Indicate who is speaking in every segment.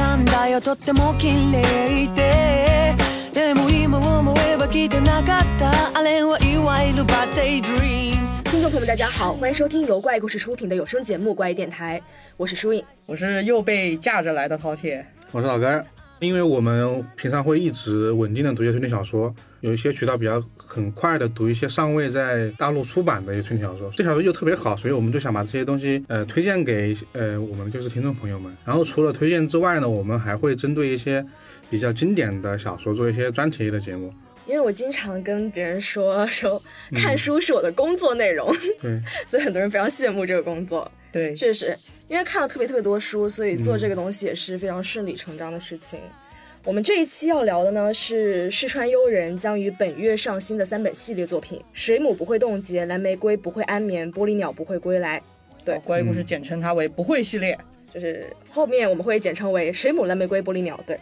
Speaker 1: とっても綺麗ででも今思えば来てなかったあれはいわゆるバッテイドリームス
Speaker 2: 听众朋友们，大家好，欢迎收听由怪异故事出品的有声节目《怪异电台》，我是舒颖。
Speaker 3: 我是又被架着来的饕餮，
Speaker 4: 我是老根儿。因为我们平常会一直稳定的读一些推理小说，有一些渠道比较很快的读一些尚未在大陆出版的一些推理小说，这小说又特别好，所以我们就想把这些东西呃推荐给呃我们就是听众朋友们。然后除了推荐之外呢，我们还会针对一些比较经典的小说做一些专题的节目。
Speaker 2: 因为我经常跟别人说说看书是我的工作内容，
Speaker 4: 对，
Speaker 2: 所以很多人非常羡慕这个工作。
Speaker 3: 对，
Speaker 2: 确实，因为看了特别特别多书，所以做这个东西也是非常顺理成章的事情。我们这一期要聊的呢是四川悠人将于本月上新的三本系列作品《水母不会冻结》《蓝玫瑰不会安眠》《玻璃鸟不会归来》，对
Speaker 3: 怪异
Speaker 4: 嗯
Speaker 3: 故事简称它为不会系列。
Speaker 2: 就是后面我们会简称为《水母、蓝玫瑰、玻璃鸟》。对，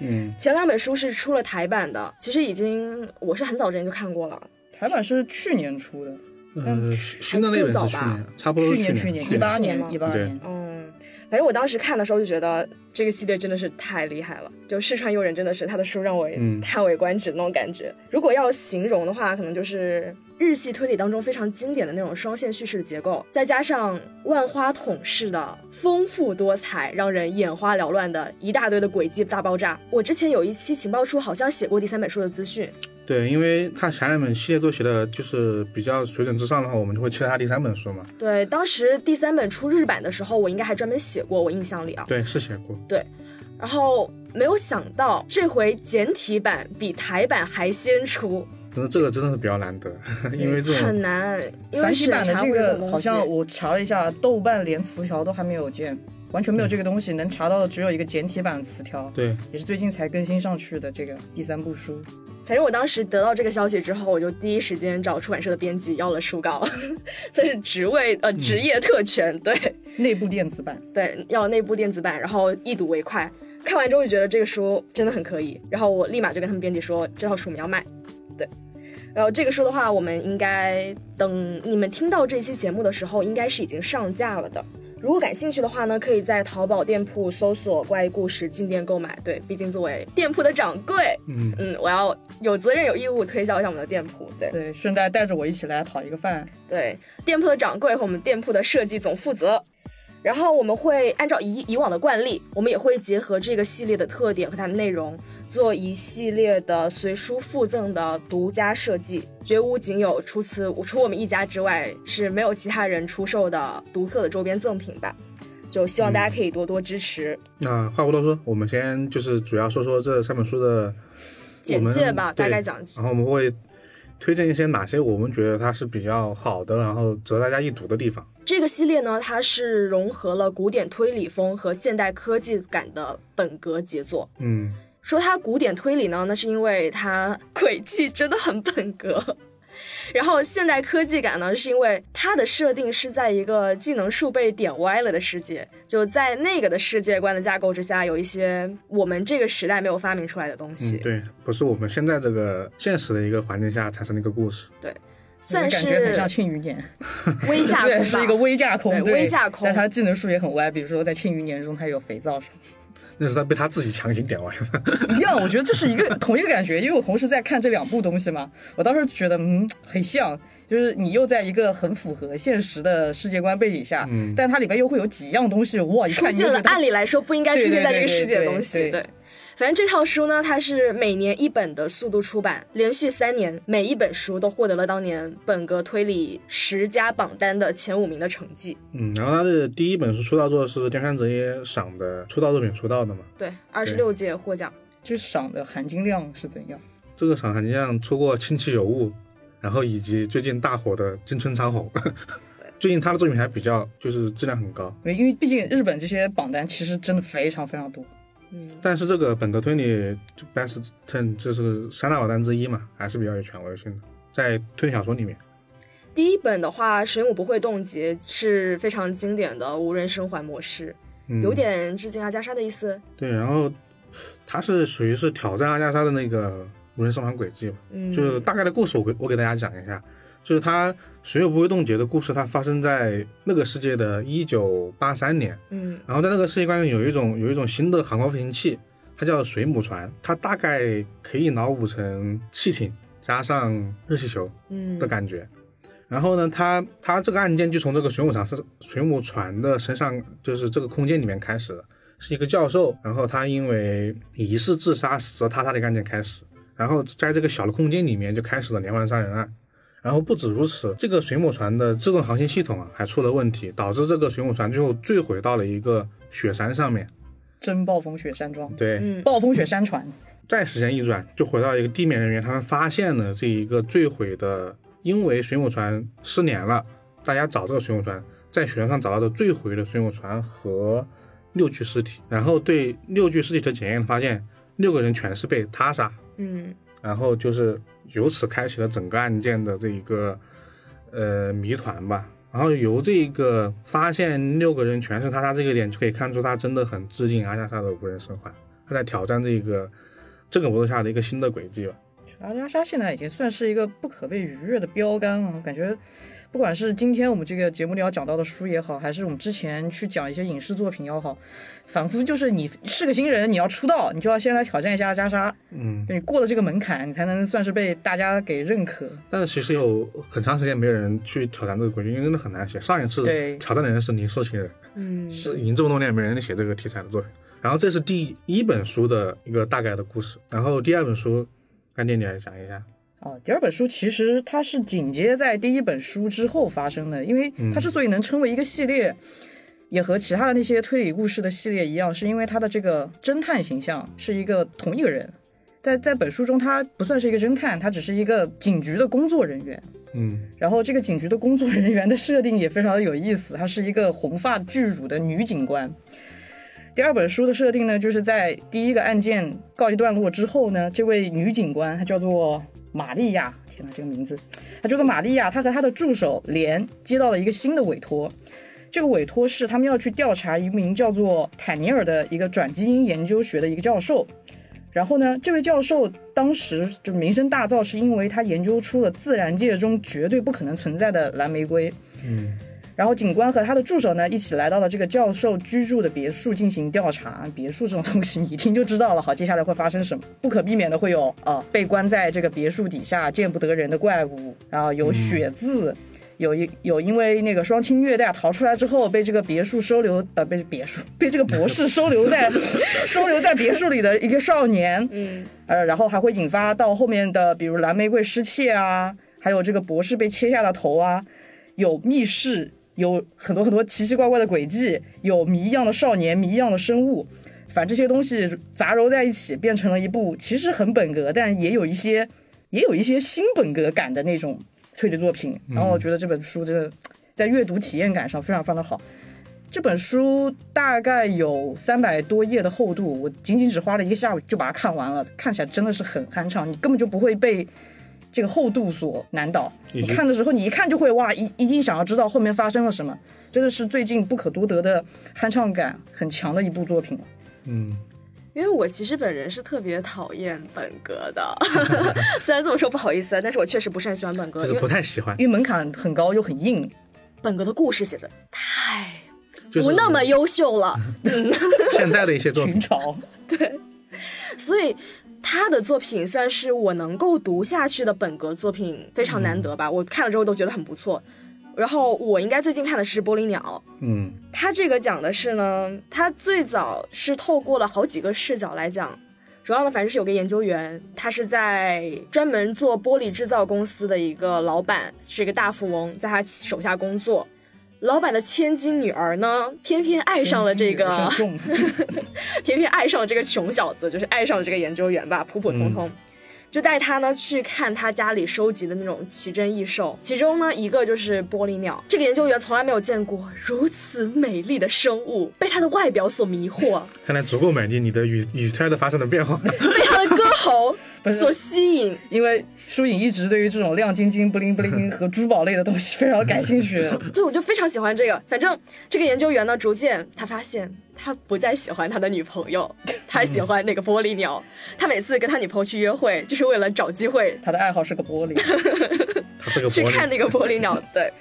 Speaker 4: 嗯，
Speaker 2: 前两本书是出了台版的，其实已经我是很早之前就看过了。
Speaker 3: 台版是去年出的，
Speaker 4: 呃，
Speaker 3: 嗯
Speaker 4: 新的那本
Speaker 2: 更
Speaker 4: 是
Speaker 2: 早
Speaker 4: 去
Speaker 2: 吧
Speaker 4: 年，差不多是
Speaker 3: 去年
Speaker 4: 去
Speaker 3: 年
Speaker 4: 年
Speaker 3: 一八
Speaker 2: 去年
Speaker 3: 年
Speaker 2: 吗
Speaker 3: 一八
Speaker 4: 对
Speaker 3: 年，
Speaker 2: 嗯，反正我当时看的时候就觉得这个系列真的是太厉害了，就四川悠人真的是他的书让我
Speaker 4: 嗯
Speaker 2: 叹为观止那种感觉。如果要形容的话，可能就是日系推理当中非常经典的那种双线叙事的结构，再加上万花筒式的丰富多彩、让人眼花缭乱的一大堆的轨迹大爆炸。我之前有一期情报处好像写过第三本书的资讯，
Speaker 4: 对，因为他前两本系列都写的就是比较水准之上的话，我们就会期待他第三本书嘛。
Speaker 2: 对，当时第三本出日版的时候，我应该还专门写过，我印象里啊。
Speaker 4: 对，是写过。
Speaker 2: 然后没有想到这回简体版比台版还先出，
Speaker 4: 但是这个真的是比较难得， 因为这
Speaker 2: 很
Speaker 4: 种
Speaker 2: 难，因为
Speaker 3: 繁体
Speaker 2: 审
Speaker 3: 版的
Speaker 2: 查会
Speaker 3: 这
Speaker 2: 有
Speaker 3: 个
Speaker 2: 东
Speaker 3: 好像
Speaker 2: 西
Speaker 3: 我查了一下，豆瓣连词条都还没有见，完全没有这个东西，能查到的只有一个简体版词条，
Speaker 4: 对
Speaker 3: 嗯也是最近才更新上去的这个第三部书。
Speaker 2: 反正我当时得到这个消息之后，我就第一时间找出版社的编辑要了书稿， 这是职位呃
Speaker 4: 嗯
Speaker 2: 职业特权，对
Speaker 3: 内部电子版，
Speaker 2: 对，要内部电子版，然后一睹为快。看完之后就觉得这个书真的很可以，然后我立马就跟他们编辑说这套书我们要卖，对。然后这个书的话，我们应该等你们听到这期节目的时候，应该是已经上架了的。如果感兴趣的话呢，可以在淘宝店铺搜索“怪异故事”进店购买。对，毕竟作为店铺的掌柜，
Speaker 4: 嗯
Speaker 2: 嗯，我要有责任有义务推销一下我们的店铺。对
Speaker 3: 对，顺带带着我一起来讨一个饭。
Speaker 2: 对，店铺的掌柜和我们店铺的设计总负责。然后我们会按照以以往的惯例，我们也会结合这个系列的特点和它的内容，做一系列的随书附赠的独家设计，绝无仅有。除此除我们一家之外，是没有其他人出售的独特的周边赠品吧。就希望大家可以多多支持。
Speaker 4: 那话不多说，我们先就是主要说说这三本书的
Speaker 2: 简介
Speaker 4: 我们
Speaker 2: 吧
Speaker 4: 对
Speaker 2: 大概讲一下
Speaker 4: 然后我们会推荐一些哪些我们觉得它是比较好的，然后值得大家一读的地方。
Speaker 2: 这个系列呢，它是融合了古典推理风和现代科技感的本格杰作。
Speaker 4: 嗯，
Speaker 2: 说它古典推理呢，那是因为它 轨迹真的很本格。然后现代科技感呢，是因为它的设定是在一个技能树被点歪了的世界，就在那个的世界观的架构之下，有一些我们这个时代没有发明出来的东西
Speaker 4: 嗯，，对，不是我们现在这个现实的一个环境下产生的一个故事。
Speaker 2: 算
Speaker 3: 感觉很像
Speaker 2: 是
Speaker 3: 庆余年，
Speaker 2: 微架空
Speaker 3: 虽
Speaker 2: 吧
Speaker 3: 然是一个微架空，
Speaker 2: 对
Speaker 3: 对
Speaker 2: 微架空
Speaker 3: 但它技能树也很歪。比如说在庆余年中，它有肥皂什么的
Speaker 4: 那是他被他自己强行点完的。
Speaker 3: 一样，我觉得这是一个同一个感觉，因为我同时在看这两部东西嘛，我当时觉得嗯很像，就是你又在一个很符合现实的世界观背景下，
Speaker 4: 嗯
Speaker 3: 但它里边又会有几样东西，哇，一
Speaker 2: 出
Speaker 3: 看你就
Speaker 2: 现了
Speaker 3: 觉得哎
Speaker 2: 按理来说不应该出现在这个世界的
Speaker 3: 对对对对
Speaker 2: 东西。
Speaker 3: 对
Speaker 2: 对，反正这套书呢，它是每年一本的速度出版，连续三年，每一本书都获得了当年本格推理十佳榜单的前五名的成绩。
Speaker 4: 嗯，然后他的第一本书出道作是电山哲也赏的出道作品出道的嘛。
Speaker 2: 对，二十六届获奖。
Speaker 3: 这赏的含金量是怎样？
Speaker 4: 这个赏含量出过《亲戚有误》，然后以及最近大火的《金春昌红》。 最近他的作品还比较就是质量很高，
Speaker 3: 对，因为毕竟日本这些榜单其实真的非常非常多，
Speaker 2: 嗯，
Speaker 4: 但是这个本格推理就 Best Ten 这是三大榜单之一嘛，还是比较有权威性的，在推理小说里面。
Speaker 2: 第一本的话，《水母不会冻结》是非常经典的无人生还模式，
Speaker 4: 嗯，
Speaker 2: 有点致敬阿加莎的意思。
Speaker 4: 对，然后它是属于是挑战阿加莎的那个无人生还轨迹嘛，
Speaker 2: 嗯，
Speaker 4: 就是大概的故事我给我给大家讲一下，就是它水有不会冻结的故事，它发生在那个世界的1983年，
Speaker 2: 嗯
Speaker 4: 然后在那个世界观里有一种有一种新的航空飞行器，它叫水母船，它大概可以脑补成汽艇加上热气球
Speaker 2: 嗯
Speaker 4: 的感觉。然后呢，它它这个案件就从这个水母船是水母船的身上，就是这个空间里面开始的，是一个教授，然后他因为疑似自杀死了他他的一个案件开始，然后在这个小的空间里面就开始了连环杀人案。然后不止如此，这个水母船的自动航行系统啊还出了问题，导致这个水母船最后坠毁到了一个雪山上面。
Speaker 3: 真暴风雪山庄，
Speaker 4: 对，
Speaker 2: 嗯
Speaker 3: 暴风雪山船，
Speaker 4: 再时间一转，就回到一个地面人员，他们发现了这一个坠毁的，因为水母船失联了，大家找这个水母船，在雪山上找到的坠毁的水母船和六具尸体，然后对六具尸体的检验，发现六个人全是被他杀，
Speaker 2: 嗯
Speaker 4: 然后就是由此开启了整个案件的这一个呃谜团吧。然后由这个发现六个人全是他杀这个点，就可以看出他真的很致敬阿加莎的无人生还，他在挑战这个这个模式下的一个新的轨迹吧。
Speaker 3: 阿加莎现在已经算是一个不可被逾越的标杆了。感觉，不管是今天我们这个节目里要讲到的书也好，还是我们之前去讲一些影视作品也好，仿佛就是你是个新人，你要出道，你就要先来挑战一下阿加莎，
Speaker 4: 嗯，
Speaker 3: 你过了这个门槛，你才能算是被大家给认可。
Speaker 4: 但是其实有很长时间没有人去挑战这个轨迹，因为真的很难写。上一次
Speaker 3: 对
Speaker 4: 挑战的人是林世清人，
Speaker 2: 嗯
Speaker 4: 是已经这么多年没人写这个题材的作品。然后这是第一本书的一个大概的故事，然后第二本书，干爹你来讲一下。
Speaker 3: 哦，第二本书其实它是紧接在第一本书之后发生的，因为它之所以能称为一个系列，也和其他的那些推理故事的系列一样，是因为它的这个侦探形象是一个同一个人。在在本书中，他不算是一个侦探，他只是一个警局的工作人员。
Speaker 4: 嗯
Speaker 3: 然后这个警局的工作人员的设定也非常的有意思，她是一个红发巨乳的女警官。第二本书的设定呢，就是在第一个案件告一段落之后呢，这位女警官她叫做玛利亚，天哪，这个名字，她叫做玛利亚，她和她的助手莲接到了一个新的委托。这个委托是他们要去调查一名叫做坦尼尔的一个转基因研究学的一个教授，然后呢，这位教授当时就名声大噪，是因为他研究出了自然界中绝对不可能存在的蓝玫瑰。
Speaker 4: 嗯。
Speaker 3: 然后警官和他的助手呢，一起来到了这个教授居住的别墅进行调查。别墅这种东西，你一听就知道了。好，接下来会发生什么？不可避免的会有啊，被关在这个别墅底下见不得人的怪物，然后有血渍。有一有因为那个双亲虐待逃出来之后，被这个别墅收留，呃，被别墅被这个博士收留在 收留在别墅里的一个少年，
Speaker 2: 嗯
Speaker 3: 呃，然后还会引发到后面的，比如蓝玫瑰失窃啊，还有这个博士被切下的头啊，有密室，有很多很多奇奇怪怪的诡计，有谜一样的少年，谜一样的生物，反正这些东西杂糅在一起，变成了一部其实很本格，但也有一些也有一些新本格感的那种推理作品。然
Speaker 4: 嗯
Speaker 3: 后我觉得这本书真的在阅读体验感上非常非常的好。这本书大概有三百多页的厚度，我仅仅只花了一个下午就把它看完了，看起来真的是很酣畅，你根本就不会被这个厚度所难倒。
Speaker 4: 以
Speaker 3: 你
Speaker 4: 及
Speaker 3: 看的时候，你一看就会哇，一一定想要知道后面发生了什么，真的是最近不可多得的酣畅感很强的一部作品了。
Speaker 4: 嗯，
Speaker 2: 因为我其实本人是特别讨厌本格的， 虽然这么说不好意思啊，但是我确实不是很喜欢本
Speaker 4: 就
Speaker 2: 格，
Speaker 4: 是
Speaker 2: 因
Speaker 4: 不
Speaker 2: 为
Speaker 4: 太喜欢，
Speaker 3: 因为门槛很高又很硬，
Speaker 2: 本格的故事写的太
Speaker 4: 就是嗯
Speaker 2: 不那么优秀了，
Speaker 4: 现在的一些作
Speaker 3: 群
Speaker 4: 品，
Speaker 3: 嘲。
Speaker 2: 所以他的作品算是我能够读下去的本格作品，非常难得
Speaker 4: 嗯
Speaker 2: 吧。我看了之后都觉得很不错。然后我应该最近看的是《玻璃鸟》，
Speaker 4: 嗯，
Speaker 2: 它这个讲的是呢，它最早是透过了好几个视角来讲。主要呢，反正是有个研究员，他是在专门做玻璃制造公司的一个老板，是一个大富翁，在他手下工作。老板的千金女儿呢，偏偏爱上了这个
Speaker 3: 有 点重
Speaker 2: 偏偏爱上了这个穷小子，就是爱上了这个研究员吧，普普通通。就带他呢去看他家里收集的那种奇珍异兽，其中呢一个就是玻璃鸟。这个研究员从来没有见过如此美丽的生物，被它的外表所迷惑，
Speaker 4: 看来足够满意你的语语态的发生了 变化。
Speaker 2: 被它的歌喉
Speaker 3: 是
Speaker 2: 所吸引。
Speaker 3: 因为舒颖一直对于这种亮晶晶、不灵不灵和珠宝类的东西非常感兴趣。
Speaker 2: 对，我就非常喜欢这个。反正这个研究员呢，逐渐他发现他不再喜欢他的女朋友，他喜欢那个玻璃鸟。他每次跟他女朋友去约会，就是为了找机会
Speaker 3: 他的爱好是个玻璃，
Speaker 4: 他是个
Speaker 2: 去
Speaker 4: 玻
Speaker 2: 看
Speaker 4: 璃，
Speaker 2: 那个玻璃鸟，对。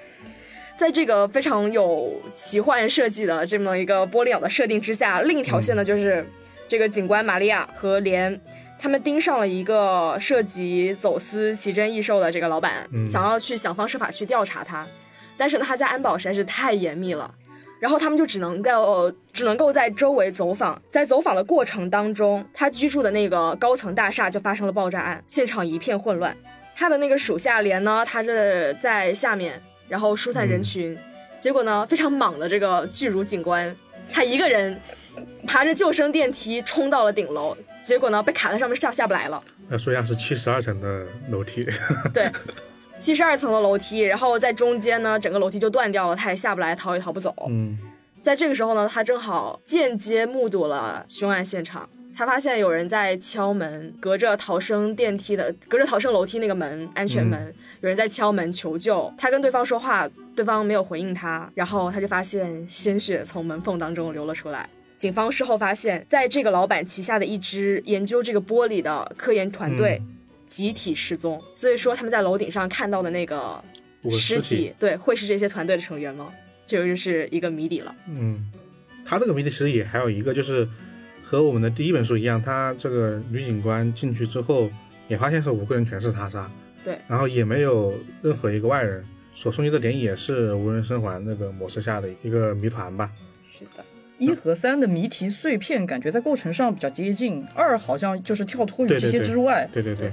Speaker 2: 在这个非
Speaker 4: 嗯
Speaker 2: 常有奇幻设计的这么一个玻璃鸟的设定之下，另一条线呢，就是这个警官玛利亚和莲，他们盯上了一个涉及走私奇珍异兽的这个老板，
Speaker 4: 嗯
Speaker 2: 想要去想方设法去调查他，但是呢，他家安保实在是太严密了。然后他们就只能够只能够在周围走访，在走访的过程当中，他居住的那个高层大厦就发生了爆炸案，现场一片混乱。他的那个属下连呢，他是在下面，然后疏散人群，结果呢，非常莽的这个巨乳警官，他一个人爬着救生电梯冲到了顶楼，结果呢被卡在上面下下不来了。
Speaker 4: 要说一下呃是七十二层的楼 梯，
Speaker 2: 对，七十二层的楼梯，然后在中间呢，整个楼梯就断掉了，他也下不来，逃也逃不走。
Speaker 4: 嗯，
Speaker 2: 在这个时候呢，他正好间接目睹了凶案现场。他发现有人在敲门，隔着逃生电梯的，隔着逃生楼梯那个门，安
Speaker 4: 嗯
Speaker 2: 全门，有人在敲门求救。他跟对方说话，对方没有回应他，然后他就发现鲜血从门缝当中流了出来。警方事后发现，在这个老板旗下的一支研究这个玻璃的科研团队、
Speaker 4: 嗯
Speaker 2: 集体失踪，所以说他们在楼顶上看到的那个
Speaker 4: 我
Speaker 2: 尸
Speaker 4: 尸体，
Speaker 2: 对，会是这些团队的成员吗？这个就是一个谜底了。
Speaker 4: 嗯，他这个谜题其实也还有一个，就是和我们的第一本书一样，他这个女警官进去之后也发现是五个人全是他杀，
Speaker 2: 对，
Speaker 4: 然后也没有任何一个外人，所送去的点也是无人生还那个模式下的一个谜团吧，
Speaker 3: 是的。一和三的谜题碎片感觉在构成上比较接近，二好像就是跳脱于
Speaker 4: 对
Speaker 3: 这
Speaker 4: 对
Speaker 3: 些
Speaker 4: 对
Speaker 3: 之外。
Speaker 4: 对对对。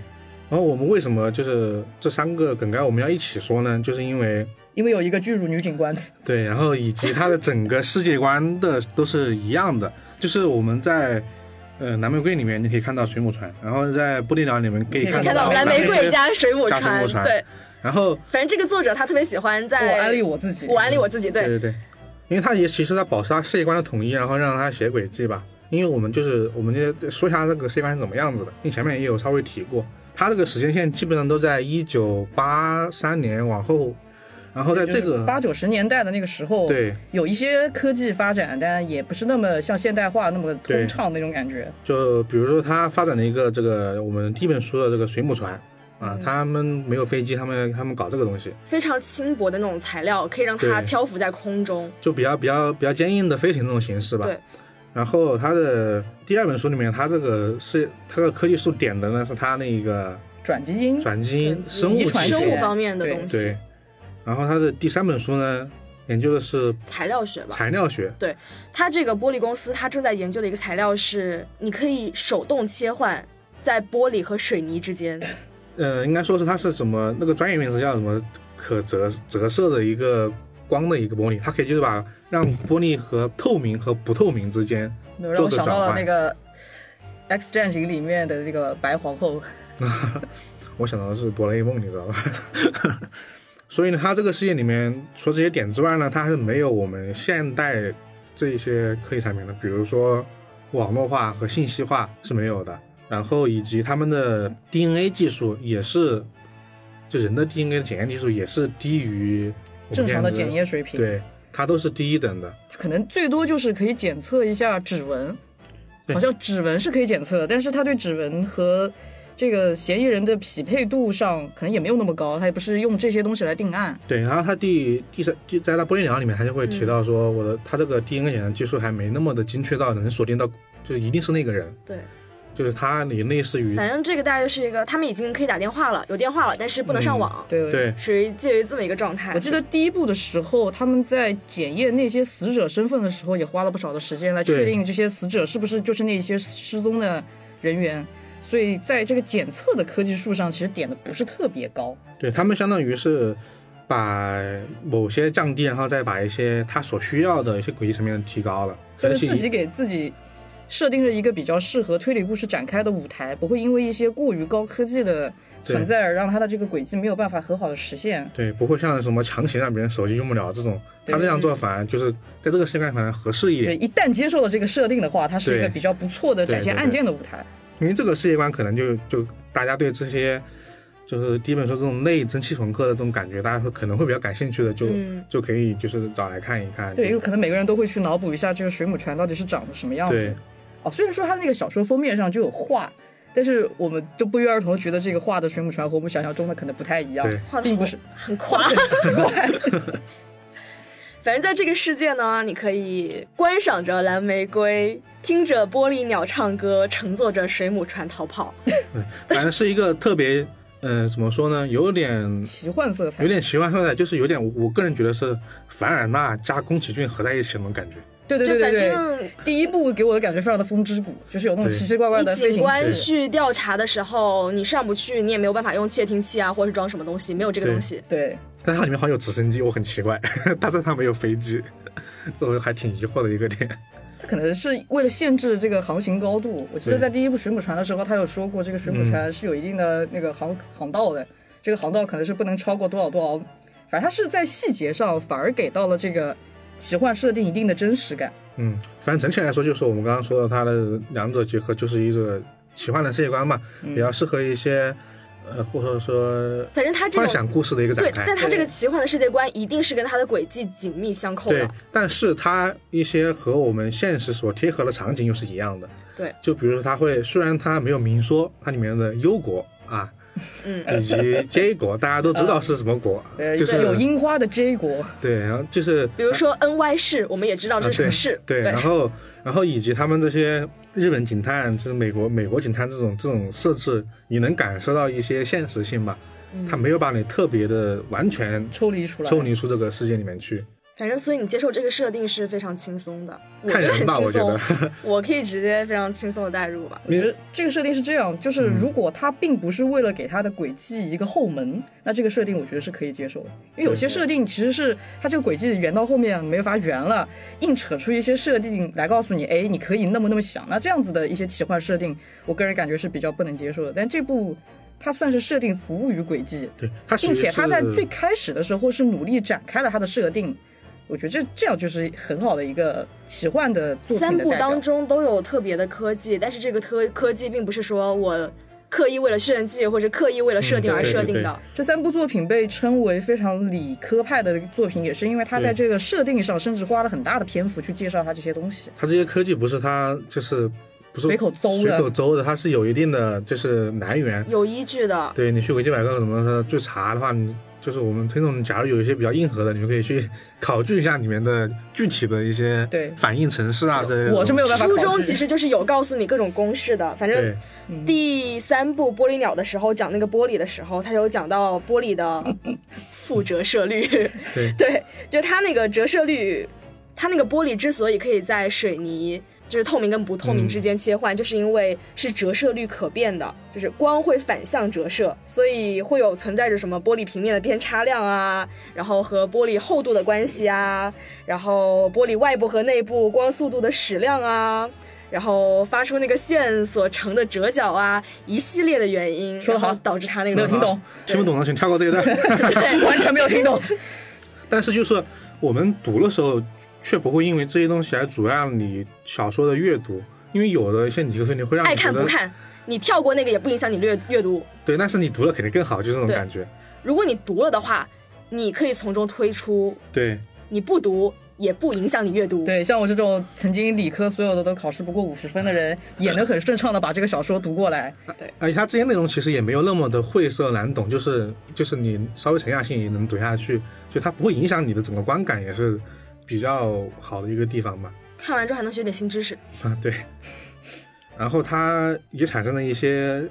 Speaker 4: 然后我们为什么就是这三个梗概我们要一起说呢？就是因为
Speaker 3: 因为有一个巨乳女警官，
Speaker 4: 对，然后以及它的整个世界观的都是一样的，就是我们在呃南玫瑰里面你可以看到水母船，然后在布利鸟里面可以
Speaker 3: 可以
Speaker 4: 看
Speaker 2: 看
Speaker 4: 到
Speaker 2: 到蓝玫瑰加水母
Speaker 4: 加水
Speaker 2: 船
Speaker 4: 母，船
Speaker 2: 对，
Speaker 4: 然后
Speaker 2: 反正这个作者他特别喜欢在
Speaker 3: 我安利我自己。
Speaker 2: 我安利我自己，
Speaker 4: 对
Speaker 2: 对
Speaker 4: 对对，因为它也其实它保持它世界观的统一，然后让它写轨迹吧。因为我们就是我们就说一下这个世界观是怎么样子的，因为前面也有稍微提过，它这个时间线基本上都在一九八三年往后，然后在这个
Speaker 3: 八九十年代的那个时候，
Speaker 4: 对，
Speaker 3: 有一些科技发展，但也不是那么像现代化那么通
Speaker 4: 对
Speaker 3: 畅那种感觉。
Speaker 4: 就比如说他发展了一个这个我们第一本书的这个水母船啊，他们没有飞机，他们他们搞这个东西
Speaker 2: 非常轻薄的那种材料，可以让它
Speaker 4: 对
Speaker 2: 漂浮在空中。
Speaker 4: 就比较比较比较坚硬的飞艇那种形式吧。
Speaker 2: 对。
Speaker 4: 然后他的第二本书里面，他这个是他的科技树点的呢，是他那个
Speaker 3: 转基因，
Speaker 4: 转基因生
Speaker 3: 遗
Speaker 4: 物
Speaker 3: 传
Speaker 2: 嗯
Speaker 4: 技
Speaker 2: 生
Speaker 4: 术
Speaker 2: 物
Speaker 3: 学
Speaker 2: 方面的东西
Speaker 4: 对，。然后他的第三本书呢，研究的是
Speaker 2: 材料学吧。
Speaker 4: 材料学，
Speaker 2: 它这个玻璃公司，它正在研究的一个材料是，你可以手动切换在玻璃和水泥之 间。
Speaker 4: 呃，应该说是它是什么那个专业名词叫什么可折折射的一个光的一个玻璃，它可以就是把让玻璃和透明和不透明之间
Speaker 3: 没有让
Speaker 4: 做
Speaker 3: 我
Speaker 4: 个
Speaker 3: 想
Speaker 4: 转
Speaker 3: 到了
Speaker 4: 换。
Speaker 3: 那个《X 战警》里面的那个白皇后，
Speaker 4: 我想到的是哆啦 A 梦，你知道吧？ 所以呢，它这个世界里面除了这些点之外呢，它还是没有我们现代这一些科技产品的，比如说网络化和信息化是没有的。然后以及他们的 DNA 技术也是，就人的 DNA 的检验技术也是低于我
Speaker 3: 正
Speaker 4: 们
Speaker 3: 常的
Speaker 4: 现在
Speaker 3: 检验水平，
Speaker 4: 对，它都是第一等的。
Speaker 3: 可能最多就是可以检测一下指纹，
Speaker 4: 对
Speaker 3: 好像指纹是可以检测的，但是他对指纹和这个嫌疑人的匹配度上可能也没有那么高，他也不是用这些东西来定案。
Speaker 4: 对，然后它第第三，就在它玻璃鸟里面，它就会
Speaker 3: 嗯
Speaker 4: 提到说，我的它这个 DNA 检测技术还没那么的精确到能锁定到，就是一定是那个人，
Speaker 2: 对，
Speaker 4: 就是它也类似于
Speaker 2: 反正这个大概就是一个，他们已经可以打电话了，有电话了，但是不能
Speaker 4: 嗯
Speaker 2: 上网，
Speaker 3: 对
Speaker 4: 对
Speaker 2: 属于介于这么一个状态。
Speaker 3: 我记得第一部的时候，他们在检验那些死者身份的时候，也花了不少的时间来
Speaker 4: 对
Speaker 3: 确定这些死者是不是就是那些失踪的人员。所以在这个检测的科技树上，其实点的不是特别高。
Speaker 4: 对他们相当于是把某些降低，然后再把一些它所需要的一些轨迹层面提高了，可
Speaker 3: 就
Speaker 4: 能
Speaker 3: 是自己
Speaker 4: 是
Speaker 3: 给自己设定了一个比较适合推理故事展开的舞台，不会因为一些过于高科技的存在而让它的这个轨迹没有办法很好的实现。
Speaker 4: 对，不会像什么强行让别人手机用不了这种，
Speaker 3: 对
Speaker 4: 它这样做反而就是在这个世界观反而合适一点
Speaker 3: 对，。一旦接受了这个设定的话，它是一个
Speaker 4: 对
Speaker 3: 比较不错的展现
Speaker 4: 对对对
Speaker 3: 案件的舞台。
Speaker 4: 因为这个世界观可能就就大家对这些就是第一本书这种类蒸汽朋克的这种感觉，大家会可能会比较感兴趣的，就、
Speaker 2: 嗯
Speaker 4: 就可以就是找来看一看。
Speaker 3: 对，
Speaker 4: 就
Speaker 3: 有可能每个人都会去脑补一下这个水母船到底是长得什么样子
Speaker 4: 对。
Speaker 3: 哦，虽然说它那个小说封面上就有画，但是我们都不约而同地觉得这个画的水母船和我们想象中的可能不太一样
Speaker 4: 对，
Speaker 2: 画得
Speaker 3: 并不是
Speaker 2: 很夸
Speaker 3: 很奇怪。
Speaker 2: 反正在这个世界呢，你可以观赏着蓝玫瑰，听着玻璃鸟唱歌，乘坐着水母船逃跑。
Speaker 4: 反正是一个特别，嗯，怎么说呢，有点
Speaker 3: 奇幻色彩
Speaker 4: 有。点奇幻色彩，就是有点我我个人觉得是凡尔纳加宫崎骏合在一起的那种感觉。
Speaker 3: 对对对对
Speaker 2: 就反
Speaker 3: 对
Speaker 2: 正，
Speaker 3: 第一部给我的感觉非常的风之谷，就是有那种
Speaker 4: 对
Speaker 3: 奇奇怪怪的
Speaker 2: 你
Speaker 3: 飞
Speaker 2: 警
Speaker 3: 行
Speaker 2: 官
Speaker 3: 器。
Speaker 2: 去调查的时候，你上不去，你也没有办法用窃听器啊，或者是装什么东西，没有这个
Speaker 4: 对
Speaker 2: 东西。
Speaker 3: 对，
Speaker 4: 但是它里面好像有直升机，我很奇怪， 但是它没有飞机， 我还挺疑惑的一个点。
Speaker 3: 可能是为了限制这个航行高度。我记得
Speaker 4: 对嗯
Speaker 3: 在第一部水母船的时候，他有说过，这个水母船是有一定的那个航航道的，这个航道可能是不能超过多少多少，反正它是在细节上反而给到了这个奇幻设定一定的真实感。
Speaker 4: 嗯，反正整体来说，就是我们刚刚说的，它的两者结合就是一个奇幻的世界观嘛，比较适合一些呃，或者说
Speaker 2: 嗯反正他这
Speaker 4: 幻
Speaker 2: 种
Speaker 4: 想故事的一个展
Speaker 2: 对，
Speaker 4: 开。
Speaker 2: 但他这个
Speaker 3: 对
Speaker 2: 奇幻的世界观一定是跟他的轨迹紧密相扣
Speaker 4: 对
Speaker 2: 的。，
Speaker 4: 但是它一些和我们现实所贴合的场景又是一样的。
Speaker 2: 对，
Speaker 4: 就比如说它会，虽然它没有明说，它里面的忧国啊，
Speaker 2: 嗯，
Speaker 4: 以及 J 国，大家都知道是什么国，
Speaker 3: 嗯呃，
Speaker 4: 就是
Speaker 3: 有樱花的 J 国，
Speaker 4: 对，然后就是啊
Speaker 2: 比如 说 N Y 市，我们也知道这是什么市。
Speaker 4: 对，
Speaker 2: 对
Speaker 4: 然后然后以及他们这些日本警探，就是美国美国警探这种这种设置，你能感受到一些现实性吧？他没有把你特别的完全
Speaker 3: 嗯抽离出来，
Speaker 4: 抽离出这个世界里面去，
Speaker 2: 反正所以你接受这个设定是非常轻松的，我
Speaker 4: 看
Speaker 2: 觉得
Speaker 4: 人
Speaker 2: 很
Speaker 4: 吧，
Speaker 2: 轻
Speaker 4: 我觉得
Speaker 2: 松，。 我可以直接非常轻松的代入吧。
Speaker 3: 我觉得这个设定是这样，就是
Speaker 4: 嗯
Speaker 3: 如果他并不是为了给他的轨迹一个后门，那这个设定我觉得是可以接受的。因为有些设定其实是他这个轨迹圆到后面没法圆了，硬扯出一些设定来告诉你，哎，你可以那么那么想。那这样子的一些奇幻设定，我个人感觉是比较不能接受的。但这部它算是设定服务于轨迹，
Speaker 4: 对，他
Speaker 3: 并且
Speaker 4: 他
Speaker 3: 他在最开始的时候是努力展开了他的设定。我觉得这这样就是很好的一个奇幻的作品的
Speaker 2: 三部
Speaker 3: 代表
Speaker 2: 当中都有特别的科技，但是这个科科技并不是说我刻意为了炫技或者刻意为了设定
Speaker 4: 嗯对
Speaker 2: 而
Speaker 4: 对
Speaker 2: 设定
Speaker 4: 对
Speaker 2: 的。
Speaker 3: 这三部作品被称为非常理科派的作品，也是因为它在这个设定上甚至花了很大的篇幅去介绍它这些东西。
Speaker 4: 他这些科技不是他就是不是
Speaker 3: 随口诌的嗯
Speaker 4: 随口诌的，它是有一定的就是来源。
Speaker 2: 有依据的，
Speaker 4: 对你去维基百科什么的去查的话，你就是我们听众，假如有一些比较硬核的，你们可以去考据一下里面的具体的一些
Speaker 3: 对
Speaker 4: 反应程式啊之类的东西。
Speaker 3: 我是没有办法考
Speaker 2: 书
Speaker 3: 据
Speaker 2: 中其实就是有告诉你各种公式的，反正
Speaker 4: 对
Speaker 2: 第三部玻璃鸟的时候讲那个玻璃的时候，他有讲到玻璃 的负折射率，
Speaker 4: 对
Speaker 2: 就它那个折射率，它那个玻璃之所以可以在水泥。就是透明跟不透
Speaker 3: 嗯
Speaker 2: 明之间切换，就是因为是折射率可变的，就是光会反向折射，所以会有存在着什么玻璃平面的偏差量啊，然后和玻璃厚度的关系啊，然后玻璃外部和内部光速度的矢量啊，然后发出那个线所成的折角啊，一系列的原因，
Speaker 3: 说得好
Speaker 2: 然后导致它那个
Speaker 3: 没有听懂，
Speaker 4: 听不懂的请跳过这一 段。
Speaker 2: 对，
Speaker 3: 完全没有听懂。
Speaker 4: 但是就是我们读的时候，却不会因为这些东西来阻碍你小说的阅读，因为有的一些理科推理会让你
Speaker 2: 爱看
Speaker 4: 觉得
Speaker 2: 不看，你跳过那个也不影响你阅阅读。
Speaker 4: 对，但是你读了肯定更好，就是那种
Speaker 2: 对
Speaker 4: 感觉。
Speaker 2: 如果你读了的话，你可以从中推出；
Speaker 4: 对，
Speaker 2: 你不读也不影响你阅读。
Speaker 3: 对，像我这种曾经理科所有的都考试不过五十分的人，也能很顺畅的把这个小说读过来。
Speaker 4: 而哎且它这些内容其实也没有那么的晦涩难懂，就是就是你稍微沉下心也能读下去，就它不会影响你的整个观感，也是比较好的一个地方吧。
Speaker 2: 看完之后还能学点新知识。
Speaker 4: 啊，对。然后它也产生了一些